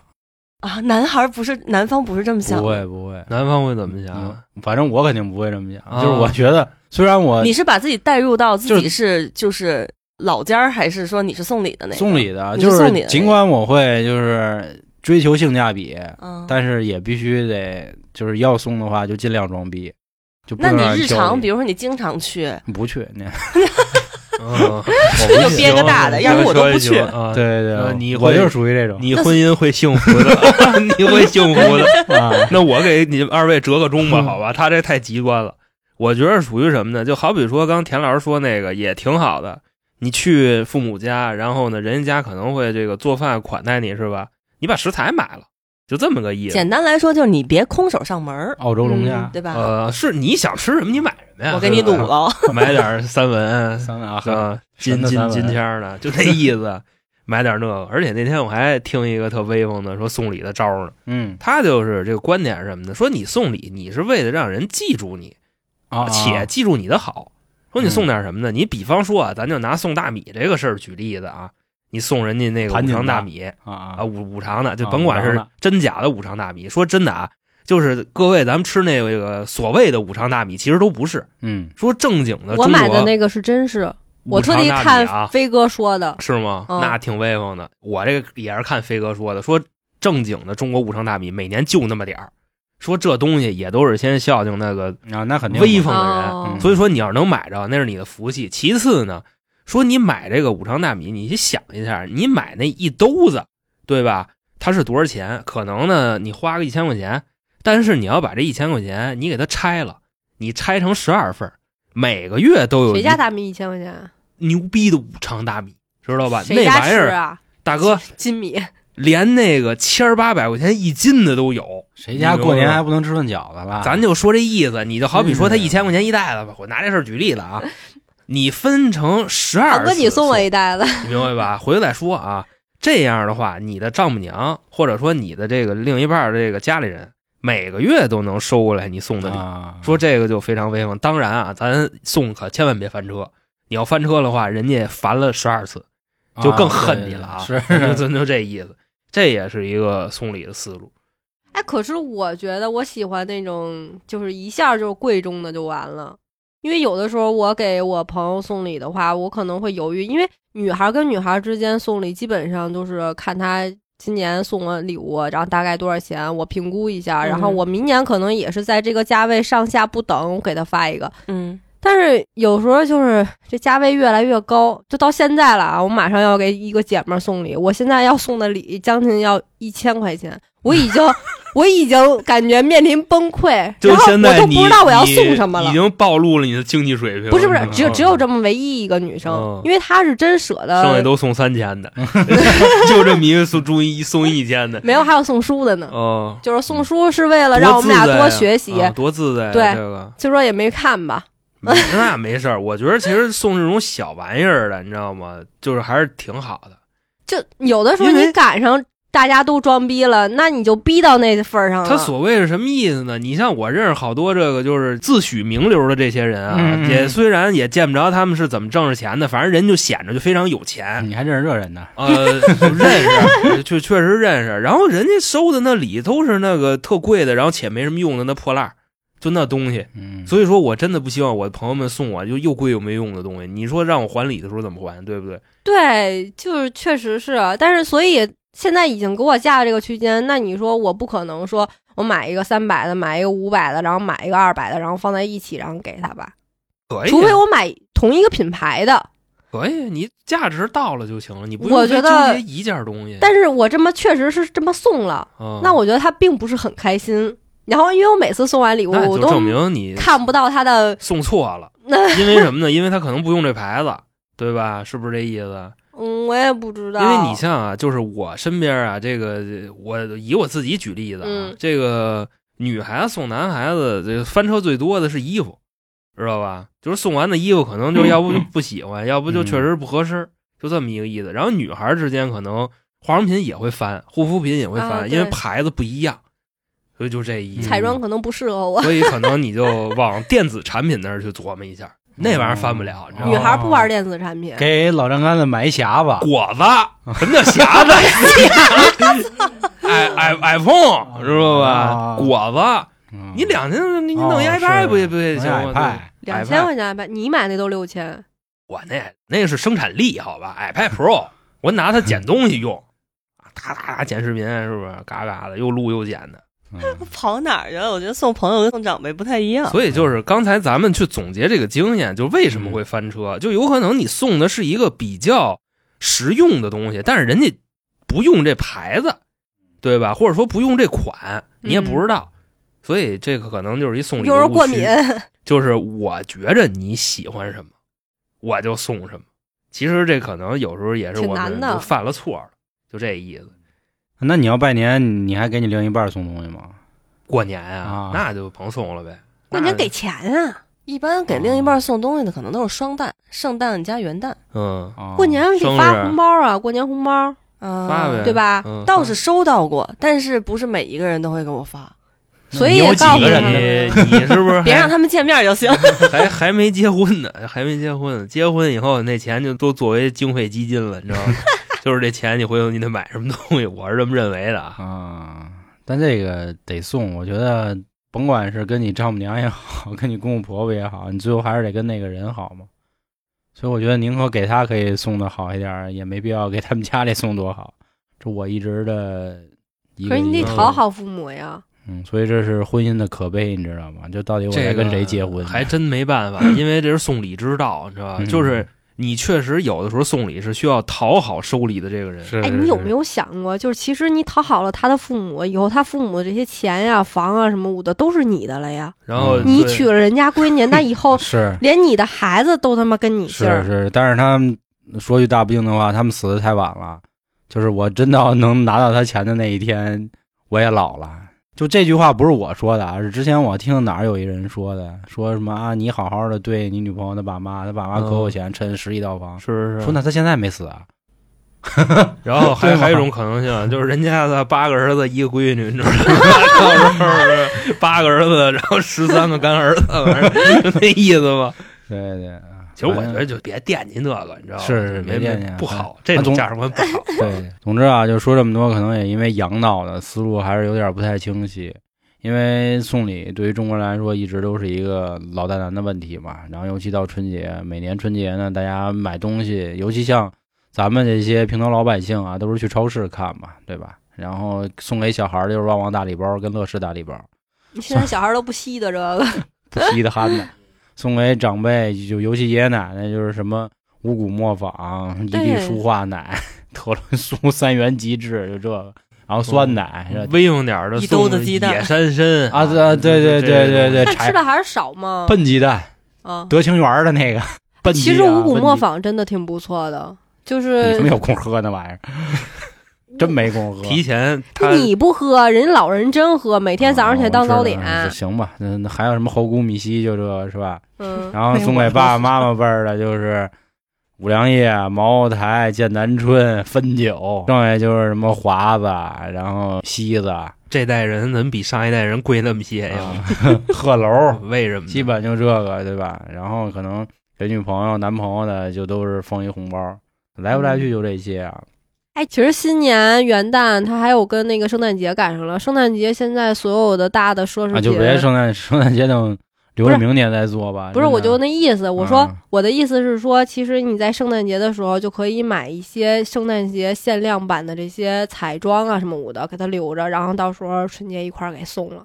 [SPEAKER 5] 啊，男孩儿不是男方不是这么想
[SPEAKER 2] 不
[SPEAKER 5] 的，
[SPEAKER 2] 会不会。
[SPEAKER 3] 男方会怎么
[SPEAKER 2] 嗯
[SPEAKER 3] 想？，
[SPEAKER 2] 反正我肯定不会这么想，
[SPEAKER 3] 啊
[SPEAKER 2] 就是我觉得虽然我
[SPEAKER 5] 哦你是把自己带入到
[SPEAKER 2] 就
[SPEAKER 5] 自
[SPEAKER 2] 是
[SPEAKER 5] 己是就是老家儿，还是说你是送礼的那个？
[SPEAKER 2] 送礼的，
[SPEAKER 5] 你
[SPEAKER 2] 就是
[SPEAKER 5] 送礼的
[SPEAKER 2] 尽管我会就是追求性价比，
[SPEAKER 5] 嗯，
[SPEAKER 2] 但是也必须得就是要送的话就尽量装逼，就不
[SPEAKER 5] 那
[SPEAKER 2] 能
[SPEAKER 5] 你
[SPEAKER 2] 让人
[SPEAKER 5] 日
[SPEAKER 2] 挑
[SPEAKER 5] 常
[SPEAKER 2] 你
[SPEAKER 5] 比如说你经常去，
[SPEAKER 2] 不去 那，
[SPEAKER 3] 嗯，
[SPEAKER 5] 就憋个大的，要不我都不去。
[SPEAKER 3] 啊
[SPEAKER 2] 对，对
[SPEAKER 3] 呃
[SPEAKER 2] 对，
[SPEAKER 3] 你
[SPEAKER 2] 我
[SPEAKER 3] 会
[SPEAKER 2] 就是属于这 种
[SPEAKER 3] 你婚姻会幸福的， 你会幸福的。
[SPEAKER 2] 啊，
[SPEAKER 3] 那我给你们二位折个中吧，好吧？他这太极端了。我觉得属于什么呢？就好比说，刚刚田老师说那个也挺好的。你去父母家，然后呢，人家家可能会这个做饭款待你，是吧？你把食材买了，就这么个意思。
[SPEAKER 5] 简单来说就是你别空手上门儿，
[SPEAKER 2] 澳洲龙虾
[SPEAKER 4] 嗯
[SPEAKER 5] 对吧？
[SPEAKER 3] 呃，是你想吃什么，你买什么呀？
[SPEAKER 5] 我 给你
[SPEAKER 3] 是
[SPEAKER 5] 卤
[SPEAKER 3] 吧
[SPEAKER 5] 了。
[SPEAKER 3] 买点三文
[SPEAKER 2] 三个啊，
[SPEAKER 3] 啊，
[SPEAKER 2] 神
[SPEAKER 3] 金
[SPEAKER 2] 的
[SPEAKER 3] 金
[SPEAKER 2] 三文
[SPEAKER 3] 金签儿的，就那意思。 买点那个，而且那天我还听一个特威风的说送礼的招儿呢。
[SPEAKER 2] 嗯
[SPEAKER 3] 他就是这个观点是什么呢？说你送礼，你是为了让人记住你，
[SPEAKER 2] 啊，嗯
[SPEAKER 3] 且
[SPEAKER 2] 啊
[SPEAKER 3] 记住你的好。说你送点什么呢？你比方说啊，咱就拿送大米这个事儿举例子啊，你送人家那个
[SPEAKER 2] 盘
[SPEAKER 3] 五
[SPEAKER 2] 锦
[SPEAKER 3] 常
[SPEAKER 2] 的
[SPEAKER 3] 大米
[SPEAKER 2] 啊
[SPEAKER 3] 啊，
[SPEAKER 2] 啊，
[SPEAKER 3] 五五常的，就
[SPEAKER 2] 啊
[SPEAKER 3] 甭管
[SPEAKER 2] 五常
[SPEAKER 3] 是
[SPEAKER 2] 的
[SPEAKER 3] 真假的五常大米。说真的啊，就是各位咱们吃那个所谓的五常大米，其实都不是。
[SPEAKER 2] 嗯，
[SPEAKER 3] 说正经的，
[SPEAKER 4] 我买的那个是真是，我特地看
[SPEAKER 3] 啊，
[SPEAKER 4] 飞哥说的，
[SPEAKER 3] 是吗？
[SPEAKER 4] 嗯
[SPEAKER 3] 那挺威风的。我这个也是看飞哥说的，说正经的中国五常大米每年就那么点儿，说这东西也都是先孝敬那个
[SPEAKER 2] 啊，那肯定
[SPEAKER 3] 威
[SPEAKER 2] 嘛
[SPEAKER 3] 风的人，
[SPEAKER 4] 哦
[SPEAKER 2] 嗯
[SPEAKER 3] 所以说你要是能买着，那是你的福气。其次呢，说你买这个五常大米，你想一下，你买那一兜子，对吧？它是多少钱？可能呢，你花个一千块钱，但是你要把这一千块钱你给它拆了，你拆成十二份儿，每个月都有
[SPEAKER 4] 谁
[SPEAKER 3] 一
[SPEAKER 4] 家大米一千块钱？啊
[SPEAKER 3] 牛逼的五常大米，知道吧？
[SPEAKER 4] 谁
[SPEAKER 3] 那
[SPEAKER 4] 家
[SPEAKER 3] 玩意
[SPEAKER 4] 吃
[SPEAKER 3] 儿，
[SPEAKER 4] 啊？
[SPEAKER 3] 大哥，
[SPEAKER 4] 金米，
[SPEAKER 3] 连那个千儿八百块钱一斤的都有。
[SPEAKER 2] 谁家过年还不能吃顿饺子了？
[SPEAKER 3] 咱就说这意思，你就好比说他
[SPEAKER 2] 啊嗯
[SPEAKER 3] 一千块钱一袋子吧，我拿这事儿举例子啊，你分成十二，
[SPEAKER 4] 大哥你送我一袋子，
[SPEAKER 3] 你明白吧？回头再说啊。这样的话，你的丈母娘或者说你的这个另一半儿的这个家里人，每个月都能收过来你送的礼。
[SPEAKER 2] 啊，
[SPEAKER 3] 说这个就非常威风。当然啊，咱送可千万别翻车。你要翻车的话，人家烦了十二次，就更恨你了啊！
[SPEAKER 2] 啊对对
[SPEAKER 3] 就
[SPEAKER 2] 对是，
[SPEAKER 3] 就就这意思。这也是一个送礼的思路。
[SPEAKER 4] 哎，可是我觉得我喜欢那种就是一下就贵重的就完了，因为有的时候我给我朋友送礼的话，我可能会犹豫，因为女孩跟女孩之间送礼基本上就是看她今年送了礼物，然后大概多少钱，我评估一下，然后
[SPEAKER 5] 嗯
[SPEAKER 4] 我明年可能也是在这个价位上下不等，我给她发一个。
[SPEAKER 5] 嗯，
[SPEAKER 4] 但是有时候就是这价位越来越高，就到现在了啊！我马上要给一个姐们儿送礼，我现在要送的礼将近要一千块钱，我已经我已经感觉面临崩溃，
[SPEAKER 3] 就
[SPEAKER 4] 然后
[SPEAKER 3] 现
[SPEAKER 4] 我
[SPEAKER 3] 在
[SPEAKER 4] 都
[SPEAKER 3] 你
[SPEAKER 4] 不知道我要
[SPEAKER 3] 你
[SPEAKER 4] 送什么了
[SPEAKER 3] 已。经暴露了你嗯的经济水平。
[SPEAKER 4] 不是不是
[SPEAKER 3] 吧，
[SPEAKER 4] 只有只有这呃么唯一一个女生
[SPEAKER 3] 嗯，
[SPEAKER 4] 因为她是真舍
[SPEAKER 3] 剩下
[SPEAKER 4] 得，
[SPEAKER 3] 都送三 千的， 就这么一个送中一送一千的，
[SPEAKER 4] 没有还有送书的呢。
[SPEAKER 3] 哦，
[SPEAKER 4] 就是送书是为了 让我们俩
[SPEAKER 3] 多自在
[SPEAKER 4] 多
[SPEAKER 3] 呀
[SPEAKER 4] 学习，
[SPEAKER 3] 啊多自在呀。
[SPEAKER 4] 对
[SPEAKER 3] 这个
[SPEAKER 4] 就说也没看吧。
[SPEAKER 3] 没那没事儿，我觉得其实送这种小玩意儿的，你知道吗？就是还是挺好的。
[SPEAKER 4] 就有的时候
[SPEAKER 3] 因为
[SPEAKER 4] 你赶上大家都装逼了，那你就逼到那份儿上了。
[SPEAKER 3] 他所谓是什么意思呢？你像我认识好多这个就是自诩名流的这些人啊，
[SPEAKER 2] 嗯嗯
[SPEAKER 3] 也虽然也见不着他们是怎么挣着钱的，反正人就显着就非常有 钱，
[SPEAKER 2] 你还认识这人呢？
[SPEAKER 3] 呃，就 认识，确确实认识。然后人家收的那礼都是那个特贵的，然后且没什么用的那破烂儿，就那东西。
[SPEAKER 2] 嗯，
[SPEAKER 3] 所以说我真的不希望我的朋友们送我就又贵又没用的东西。你说让我还礼的时候怎么还，对不对？
[SPEAKER 4] 对，就是确实是啊，但是所以现在已经给我价的这个区间，那你说我不可能说我买一个三百的，买一个五百的，然后买一个二百的，然后放在一起，然后给他吧，
[SPEAKER 3] 可以，啊
[SPEAKER 4] 除非我买同一个品牌的。
[SPEAKER 3] 可以，你价值到了就行了，你不
[SPEAKER 4] 我
[SPEAKER 3] 用
[SPEAKER 4] 觉
[SPEAKER 3] 非
[SPEAKER 4] 得
[SPEAKER 3] 纠结一件东西。
[SPEAKER 4] 但是我这么确实是这么送了，
[SPEAKER 3] 嗯
[SPEAKER 4] 那我觉得他并不是很开心。然后因为我每次送完礼物，
[SPEAKER 3] 那
[SPEAKER 4] 我
[SPEAKER 3] 就
[SPEAKER 4] 都
[SPEAKER 3] 证明你
[SPEAKER 4] 看不到他的
[SPEAKER 3] 送错了，
[SPEAKER 4] 那，
[SPEAKER 3] 因为什么呢？因为他可能不用这牌子，对吧？是不是这意思？
[SPEAKER 4] 嗯，我也不知道，
[SPEAKER 3] 因为你像啊，就是我身边啊，这个我以我自己举例子啊，
[SPEAKER 4] 嗯
[SPEAKER 3] 这个女孩子送男孩子，这个翻车最多的是衣服，知道吧？就是送完的衣服，可能
[SPEAKER 4] 嗯
[SPEAKER 3] 就要不就不喜 欢，要不就确实不合身，就这么一个意思。然后女孩之间可能化妆品也会翻，护肤品也会翻，
[SPEAKER 4] 啊
[SPEAKER 3] 因为
[SPEAKER 4] 对
[SPEAKER 3] 牌子不一样，所以就这意思。
[SPEAKER 4] 彩妆可能不适合我，
[SPEAKER 3] 所以可能你就往电子产品那儿去琢磨一下，那玩意儿翻不了，你知道
[SPEAKER 4] 女
[SPEAKER 3] 吗？
[SPEAKER 4] 孩不玩电子产品，
[SPEAKER 2] 给老丈杆子买一匣子，
[SPEAKER 3] 果子，什么叫匣 子？i i iPhone 知道吧？
[SPEAKER 2] 啊
[SPEAKER 3] 果子，
[SPEAKER 2] 嗯
[SPEAKER 3] 你两千，你你弄一
[SPEAKER 2] 哦
[SPEAKER 3] iPad
[SPEAKER 2] 是
[SPEAKER 3] 不也不也
[SPEAKER 2] 弄一 iPad
[SPEAKER 3] 行吗？对
[SPEAKER 4] 两千块钱吧，你买那都六千，
[SPEAKER 3] 我那那是生产力，好吧？iPad Pro，我拿它剪东西用，啊哒哒哒剪视频，是不是？嘎嘎的，又录又剪的。
[SPEAKER 2] 嗯
[SPEAKER 5] 跑哪儿去了？我觉得送朋友跟送长辈不太
[SPEAKER 4] 嗯
[SPEAKER 5] 一样。
[SPEAKER 3] 所以就是刚才咱们去总结这个经验，就为什么会翻
[SPEAKER 4] 嗯
[SPEAKER 3] 车，就有可能你送的是一个比较实用的东西，但是人家不用这牌子，对吧？或者说不用这款，你也不知
[SPEAKER 4] 嗯
[SPEAKER 3] 道，所以这个可能就是一送礼
[SPEAKER 4] 又
[SPEAKER 3] 的
[SPEAKER 4] 是
[SPEAKER 3] 误
[SPEAKER 4] 过
[SPEAKER 3] 区
[SPEAKER 4] 敏，
[SPEAKER 3] 就是我觉着你喜欢什么，我就送什么。其实这可能有时候也是
[SPEAKER 4] 挺
[SPEAKER 3] 我
[SPEAKER 4] 难
[SPEAKER 3] 们
[SPEAKER 4] 的
[SPEAKER 3] 就犯了错了，就这意思。
[SPEAKER 2] 那你要拜年，你还给你另一半送东西吗？
[SPEAKER 3] 过年啊
[SPEAKER 2] 啊，
[SPEAKER 3] 那就甭送了呗。
[SPEAKER 4] 过
[SPEAKER 3] 那
[SPEAKER 4] 年给钱啊，
[SPEAKER 5] 一般给另一半送东西的可能都是双旦、圣诞加元旦。
[SPEAKER 3] 嗯
[SPEAKER 2] 啊
[SPEAKER 4] 过年得发
[SPEAKER 3] 生日
[SPEAKER 4] 红包啊，过年红包
[SPEAKER 5] 啊、
[SPEAKER 3] 发呗
[SPEAKER 4] 对吧？
[SPEAKER 3] 嗯，
[SPEAKER 5] 倒是收到过，但是不是每一个人都会给我 发，
[SPEAKER 4] 所以
[SPEAKER 2] 嗯你有
[SPEAKER 4] 也
[SPEAKER 2] 几
[SPEAKER 4] 哎告诉
[SPEAKER 2] 个
[SPEAKER 4] 他
[SPEAKER 2] 人
[SPEAKER 4] 们，
[SPEAKER 3] 你你是不 是
[SPEAKER 5] 别
[SPEAKER 3] 还
[SPEAKER 5] 让他们见面就 行。
[SPEAKER 3] 还还没结婚呢，还没结婚呢，结婚以后那钱就都作为经费基金了，你知道 吗？就是这钱你回头你得买什么东西，我是这么认为的啊。
[SPEAKER 2] 啊，但这个得送，我觉得甭管是跟你丈母娘也好，跟你公公婆婆也好，你最后还是得跟那个人好嘛。所以我觉得宁可给他可以送的好一点儿，也没必要给他们家里送多好。这我一直的一
[SPEAKER 4] 可
[SPEAKER 2] 个
[SPEAKER 4] 是你
[SPEAKER 2] 疑
[SPEAKER 4] 得
[SPEAKER 2] 问
[SPEAKER 4] 讨好父母呀，
[SPEAKER 2] 嗯，所以这是婚姻的可悲，你知道吗？就到底我
[SPEAKER 3] 这
[SPEAKER 2] 该
[SPEAKER 3] 个
[SPEAKER 2] 跟谁结婚？
[SPEAKER 3] 还真没办 法，因为这是送礼之道，你知道吧？
[SPEAKER 2] 嗯
[SPEAKER 3] 就是你确实有的时候送礼是需要讨好收礼的这个人，
[SPEAKER 2] 是
[SPEAKER 4] 哎，你有没有想过，就是其实你讨好了他的父母，以后他父母的这些钱呀、房啊什么的都是你的了呀，
[SPEAKER 3] 然后
[SPEAKER 4] 你
[SPEAKER 3] 对
[SPEAKER 4] 娶了人家闺女，那以后
[SPEAKER 2] 是
[SPEAKER 4] 连你的孩子都他妈跟你姓
[SPEAKER 2] 是
[SPEAKER 4] 儿，
[SPEAKER 2] 是，但是他们说句大不敬的话，他们死的太晚了。就是我真到能拿到他钱的那一天，我也老了。就这句话不是我说的啊，是之前我听哪儿有一人说的，说什么啊，你好好的对你女朋友的爸妈，他爸妈可有钱，趁十几套房。
[SPEAKER 3] 是是
[SPEAKER 2] 说
[SPEAKER 3] 是，
[SPEAKER 2] 那他现在没死啊？
[SPEAKER 3] 然后还
[SPEAKER 2] 对吧
[SPEAKER 3] 还有一种可能性啊，就是人家的八个儿子一个闺女，你知道吗？ 到时候八个儿子，然后十三个干儿子，反正就那意思吧。
[SPEAKER 2] 对对
[SPEAKER 3] 其实我觉得就别惦记那个，你知道吗？
[SPEAKER 2] 是是别
[SPEAKER 3] 没
[SPEAKER 2] 惦记啊
[SPEAKER 3] 没不好，
[SPEAKER 2] 哎
[SPEAKER 3] 这种
[SPEAKER 2] 总
[SPEAKER 3] 价值观不好。
[SPEAKER 2] 对，总之啊，就说这么多，可能也因为养老的思路还是有点不太清晰，因为送礼对于中国人来说一直都是一个老大难的问题嘛。然后尤其到春节，每年春节呢，大家买东西，尤其像咱们这些平头老百姓啊，都是去超市看嘛，对吧？然后送给小孩儿就是旺旺大礼包跟乐事大礼包，
[SPEAKER 5] 啊
[SPEAKER 4] 你现在小孩都不稀的这个，
[SPEAKER 2] 不稀的憨的。送给长辈，就尤其爷爷奶奶，就是什么五谷磨坊、一粒
[SPEAKER 4] 对
[SPEAKER 2] 舒化奶、特仑苏三元极致，就这个然后酸奶，
[SPEAKER 4] 嗯
[SPEAKER 2] 是吧
[SPEAKER 3] 威风点儿的
[SPEAKER 5] 一兜子
[SPEAKER 3] 送
[SPEAKER 5] 鸡蛋
[SPEAKER 3] 野山
[SPEAKER 2] 哎
[SPEAKER 3] 参
[SPEAKER 2] 啊，对对对对对对，
[SPEAKER 4] 但吃
[SPEAKER 2] 柴
[SPEAKER 4] 的还是少嘛。
[SPEAKER 2] 笨鸡蛋，
[SPEAKER 4] 啊，
[SPEAKER 2] 德清园的那个笨鸡啊。
[SPEAKER 4] 其实五谷
[SPEAKER 2] 笨鸡
[SPEAKER 4] 磨坊呃真的挺不错的，就
[SPEAKER 2] 你他
[SPEAKER 4] 是
[SPEAKER 2] 妈有空喝那玩意儿，真没工 夫喝。
[SPEAKER 3] 提前他
[SPEAKER 4] 你不喝，人家老人真喝，每天早上起来当早点
[SPEAKER 2] 哦。我知道行吧？那那还有什么猴菇米稀，就这是吧？
[SPEAKER 4] 嗯，
[SPEAKER 2] 然后送给爸爸妈妈辈儿的就是五粮液、茅台、剑南春、汾酒，剩下就是什么华子，然后西子、啊、
[SPEAKER 3] 这代人怎么比上一代人贵那么些呀？
[SPEAKER 2] 鹤楼，
[SPEAKER 3] 为什么呢？
[SPEAKER 2] 基本就这个，对吧？然后可能给女朋友、男朋友的就都是封一红包，来不来去就这些啊。
[SPEAKER 4] 哎，其实新年元旦它还有跟那个圣诞节赶上了。圣诞节现在所有的大的奢侈
[SPEAKER 2] 啊，
[SPEAKER 4] 品，
[SPEAKER 2] 就别圣诞圣诞节等留
[SPEAKER 4] 嗯
[SPEAKER 2] 着
[SPEAKER 4] 不是
[SPEAKER 2] 明年再做吧。
[SPEAKER 4] 不
[SPEAKER 2] 真
[SPEAKER 4] 是，
[SPEAKER 2] 的
[SPEAKER 4] 我就那意思，我说、
[SPEAKER 2] 啊
[SPEAKER 4] 我的意思是说，其实你在圣诞节的时候就可以买一些圣诞节限量版的这些彩妆啊什么的，给它留着，然后到时候春节一块儿给送了。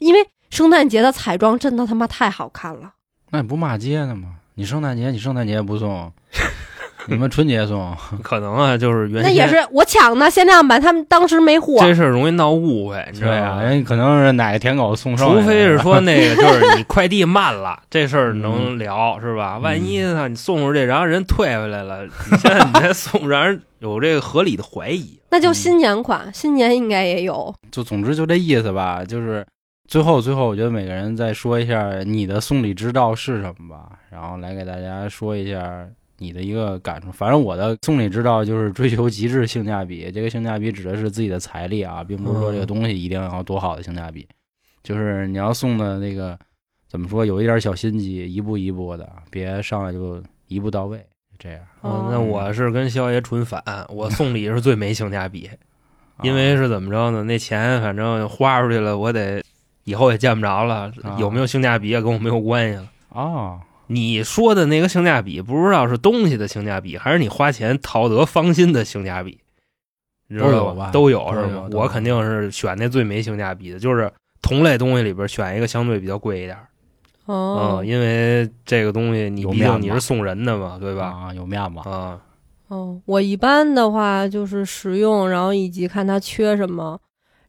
[SPEAKER 4] 因为圣诞节的彩妆真的他妈太好看了，
[SPEAKER 2] 那你不骂街呢吗？你圣诞节你圣诞节不 送，你们春节送，
[SPEAKER 3] 可能啊，就是原
[SPEAKER 4] 那
[SPEAKER 3] 先
[SPEAKER 4] 也是我抢的限量版，他们当时没货。
[SPEAKER 3] 这事儿容易闹误会，你知
[SPEAKER 2] 对
[SPEAKER 3] 道
[SPEAKER 2] 啊，
[SPEAKER 3] 吗？
[SPEAKER 2] 人可能是哪个舔狗送上来
[SPEAKER 3] 除
[SPEAKER 2] 的，
[SPEAKER 3] 非是说那个，就是你快递慢了，这事儿能聊是吧？万一呢，你送出去，然后人退回来了，你现在 你再送，让人有这个合理的怀疑。
[SPEAKER 4] 那就新年款，新年应该也有。
[SPEAKER 2] 就总之就这意思吧，就是。最后，最后，我觉得每个人再说一下你的送礼之道是什么吧，然后来给大家说一下你的一个感受。反正我的送礼之道就是追求极致性价比，这个性价比指的是自己的财力啊，并不是说
[SPEAKER 3] 嗯
[SPEAKER 2] 这个东西一定要多好的性价比，就是你要送的那个怎么说，有一点小心机，一步一步的，别上来就一步到位，这样。
[SPEAKER 4] 哦
[SPEAKER 3] 那我是跟肖爷纯反，我送礼是最没性价比，因为
[SPEAKER 2] 啊
[SPEAKER 3] 是怎么着呢？那钱反正花出去了，我得以后也见不着了
[SPEAKER 2] 啊，
[SPEAKER 3] 有没有性价比也跟我没有关系了。
[SPEAKER 2] 哦，
[SPEAKER 3] 你说的那个性价比，不知道是东西的性价比，还是你花钱讨得芳心的性价比，你知
[SPEAKER 2] 都
[SPEAKER 3] 道
[SPEAKER 2] 有吧
[SPEAKER 3] 都有
[SPEAKER 2] 都
[SPEAKER 3] 是
[SPEAKER 2] 有
[SPEAKER 3] 吗？
[SPEAKER 2] 都有
[SPEAKER 3] 我肯定是选那最没性价比的，就是同类东西里边选一个相对比较贵一点儿，
[SPEAKER 4] 哦
[SPEAKER 3] 嗯，因为这个东西你
[SPEAKER 2] 有
[SPEAKER 3] 毕
[SPEAKER 2] 面
[SPEAKER 3] 竟你
[SPEAKER 2] 子
[SPEAKER 3] 是送人的嘛，对吧？
[SPEAKER 2] 啊，有面子。
[SPEAKER 3] 啊，
[SPEAKER 4] 哦，我一般的话就是实用，然后以及看它缺什么，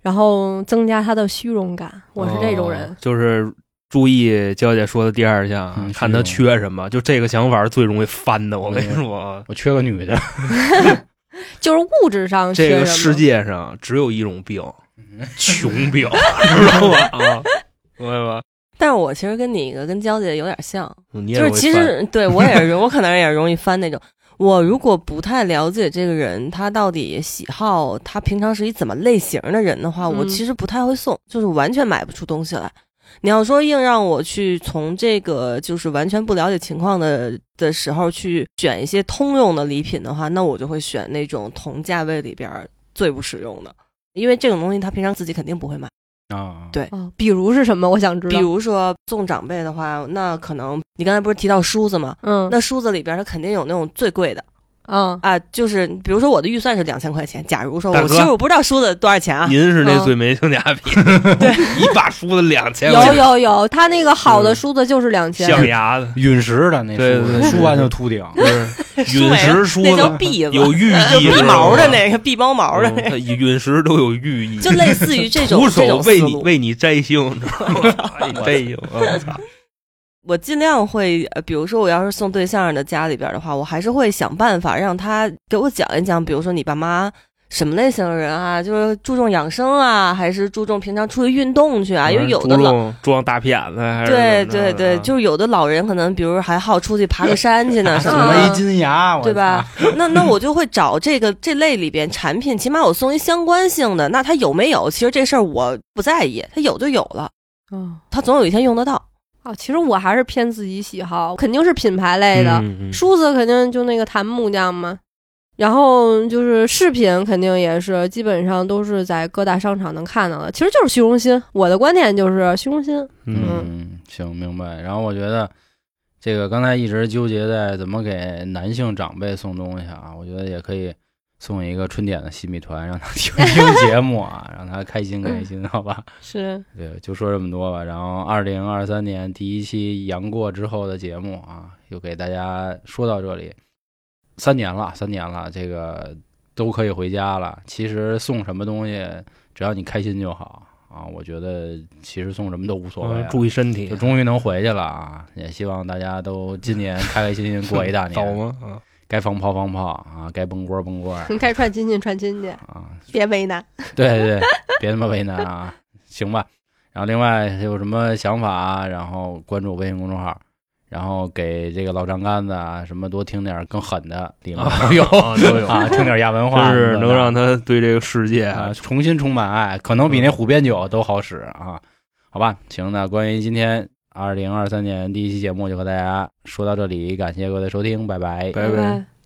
[SPEAKER 4] 然后增加它的虚荣感。我是这种人
[SPEAKER 3] 哦，就是注意娇姐说的第二项啊，
[SPEAKER 2] 嗯
[SPEAKER 3] 看他
[SPEAKER 2] 虚
[SPEAKER 3] 缺什么，就这个想法是最容易翻的。我跟你说啊，
[SPEAKER 2] 我缺个女的，
[SPEAKER 4] 就是物质上缺
[SPEAKER 3] 这个
[SPEAKER 4] 什么。
[SPEAKER 3] 世界上只有一种病，
[SPEAKER 2] 嗯
[SPEAKER 3] 穷病， 知道吧？啊，明白吧？
[SPEAKER 5] 但是我其实跟你一个跟娇姐有点像，
[SPEAKER 3] 你也
[SPEAKER 5] 就是其
[SPEAKER 3] 容易翻
[SPEAKER 5] 实对我也是，我可能也容易翻那种。我如果不太了解这个人，他到底喜好，他平常是一怎么类型的人的话，
[SPEAKER 4] 嗯
[SPEAKER 5] 我其实不太会送，就是完全买不出东西来。你要说硬让我去从这个就是完全不了解情况的的时候去选一些通用的礼品的话，那我就会选那种同价位里边儿最不实用的，因为这种东西他平常自己肯定不会买。
[SPEAKER 2] 啊，
[SPEAKER 5] 对
[SPEAKER 4] 哦，比如是什么？我想知
[SPEAKER 5] 比
[SPEAKER 4] 道。
[SPEAKER 5] 如说送长辈的话，那可能你刚才不是提到梳子吗？
[SPEAKER 4] 嗯，
[SPEAKER 5] 那梳子里边儿它肯定有那种最贵的
[SPEAKER 4] 嗯，
[SPEAKER 5] 啊，就是比如说我的预算是两千块钱，假如说
[SPEAKER 3] 大
[SPEAKER 5] 我
[SPEAKER 3] 哥
[SPEAKER 5] 其实我不知道梳子多少钱啊，
[SPEAKER 3] 您是那最没性价 比，对，一把梳子两千块
[SPEAKER 4] 有
[SPEAKER 3] 钱，
[SPEAKER 4] 有有，它那个好
[SPEAKER 3] 嗯
[SPEAKER 4] 的梳子就是两千。
[SPEAKER 3] 象牙的，嗯
[SPEAKER 2] 陨石的那梳
[SPEAKER 3] 对对
[SPEAKER 2] 子，
[SPEAKER 3] 对
[SPEAKER 2] 梳完就秃顶。
[SPEAKER 5] 梳
[SPEAKER 3] 陨
[SPEAKER 5] 没了
[SPEAKER 3] 石梳
[SPEAKER 5] 那叫
[SPEAKER 3] 子，
[SPEAKER 5] 篦子，
[SPEAKER 3] 有寓
[SPEAKER 5] 就
[SPEAKER 3] 意，
[SPEAKER 5] 篦毛的那个，篦包毛的
[SPEAKER 3] 嗯
[SPEAKER 5] 那个，
[SPEAKER 3] 它陨石都有寓意，
[SPEAKER 5] 就类似于这
[SPEAKER 3] 徒
[SPEAKER 5] 种这
[SPEAKER 3] 手
[SPEAKER 5] 种思
[SPEAKER 3] 为你
[SPEAKER 5] 路。
[SPEAKER 3] 为你摘星，你知道 吗？哎为你摘星，我操！
[SPEAKER 5] 我尽量会，呃比如说我要是送对象的家里边的话，我还是会想办法让他给我讲一讲，比如说你爸妈什么类型的人啊，就是注重养生啊，还是注重平常出去运动去 啊，因为有的老
[SPEAKER 3] 老装大骗子，还是
[SPEAKER 5] 对
[SPEAKER 3] 怎么
[SPEAKER 5] 对
[SPEAKER 3] 着
[SPEAKER 5] 对，
[SPEAKER 3] 的啊
[SPEAKER 5] 就是有的老人可能，比如还好出去爬个山去 呢什
[SPEAKER 2] 怎
[SPEAKER 5] 么
[SPEAKER 2] 么
[SPEAKER 5] 的
[SPEAKER 2] 一。金牙，我
[SPEAKER 5] 嗯对吧？ 那那我就会找这个这类里边产品，起码我送一相关性的。那它有没有？其实这事儿我不在意，它有就有了，
[SPEAKER 4] 嗯，
[SPEAKER 5] 它总有一天用得到。
[SPEAKER 4] 啊，其实我还是偏自己喜好，肯定是品牌类的。
[SPEAKER 3] 嗯嗯
[SPEAKER 4] 梳子肯定就那个檀木匠嘛，然后就是饰品肯定也是，基本上都是在各大商场能看到的。其实就是虚荣心，我的观点就是虚荣心。
[SPEAKER 3] 嗯
[SPEAKER 2] 嗯，行，明白。然后我觉得这个刚才一直纠结在怎么给男性长辈送东西啊，我觉得也可以送一个春点的新米团，让他听听节目啊， 让他开心开心，好吧？
[SPEAKER 4] 是，
[SPEAKER 2] 对，就说这么多吧。然后二零二三年第一期杨过之后的节目啊，又给大家说到这里，三年了，三年了，这个都可以回家了。其实送什么东西，只要你开心就好啊。我觉得其实送什么都无所谓了、
[SPEAKER 3] 嗯注意身体
[SPEAKER 2] 就，终于能回去了啊！也希望大家都今年开开心心过一 大
[SPEAKER 3] 早
[SPEAKER 2] 年，
[SPEAKER 3] 吗？啊，
[SPEAKER 2] 该放炮放炮啊，该崩锅崩锅啊！
[SPEAKER 4] 该串亲戚串亲戚，别为难。
[SPEAKER 2] 对 对，对，别他妈为难啊，行吧。然后另外有什么想法啊，然后关注微信公众号，然后给这个老丈杆子啊什么多听点更狠的，里面都有
[SPEAKER 3] 啊 都有
[SPEAKER 2] 啊，听点亚文化
[SPEAKER 3] 真
[SPEAKER 2] 什么的，
[SPEAKER 3] 是能让他对这个世界
[SPEAKER 2] 啊重新充满爱，可能比那虎鞭酒都好使啊。好吧，行，那关于今天二零二三年第一期节目就和大家说到这里，感谢各位的收听，拜拜
[SPEAKER 3] 拜拜。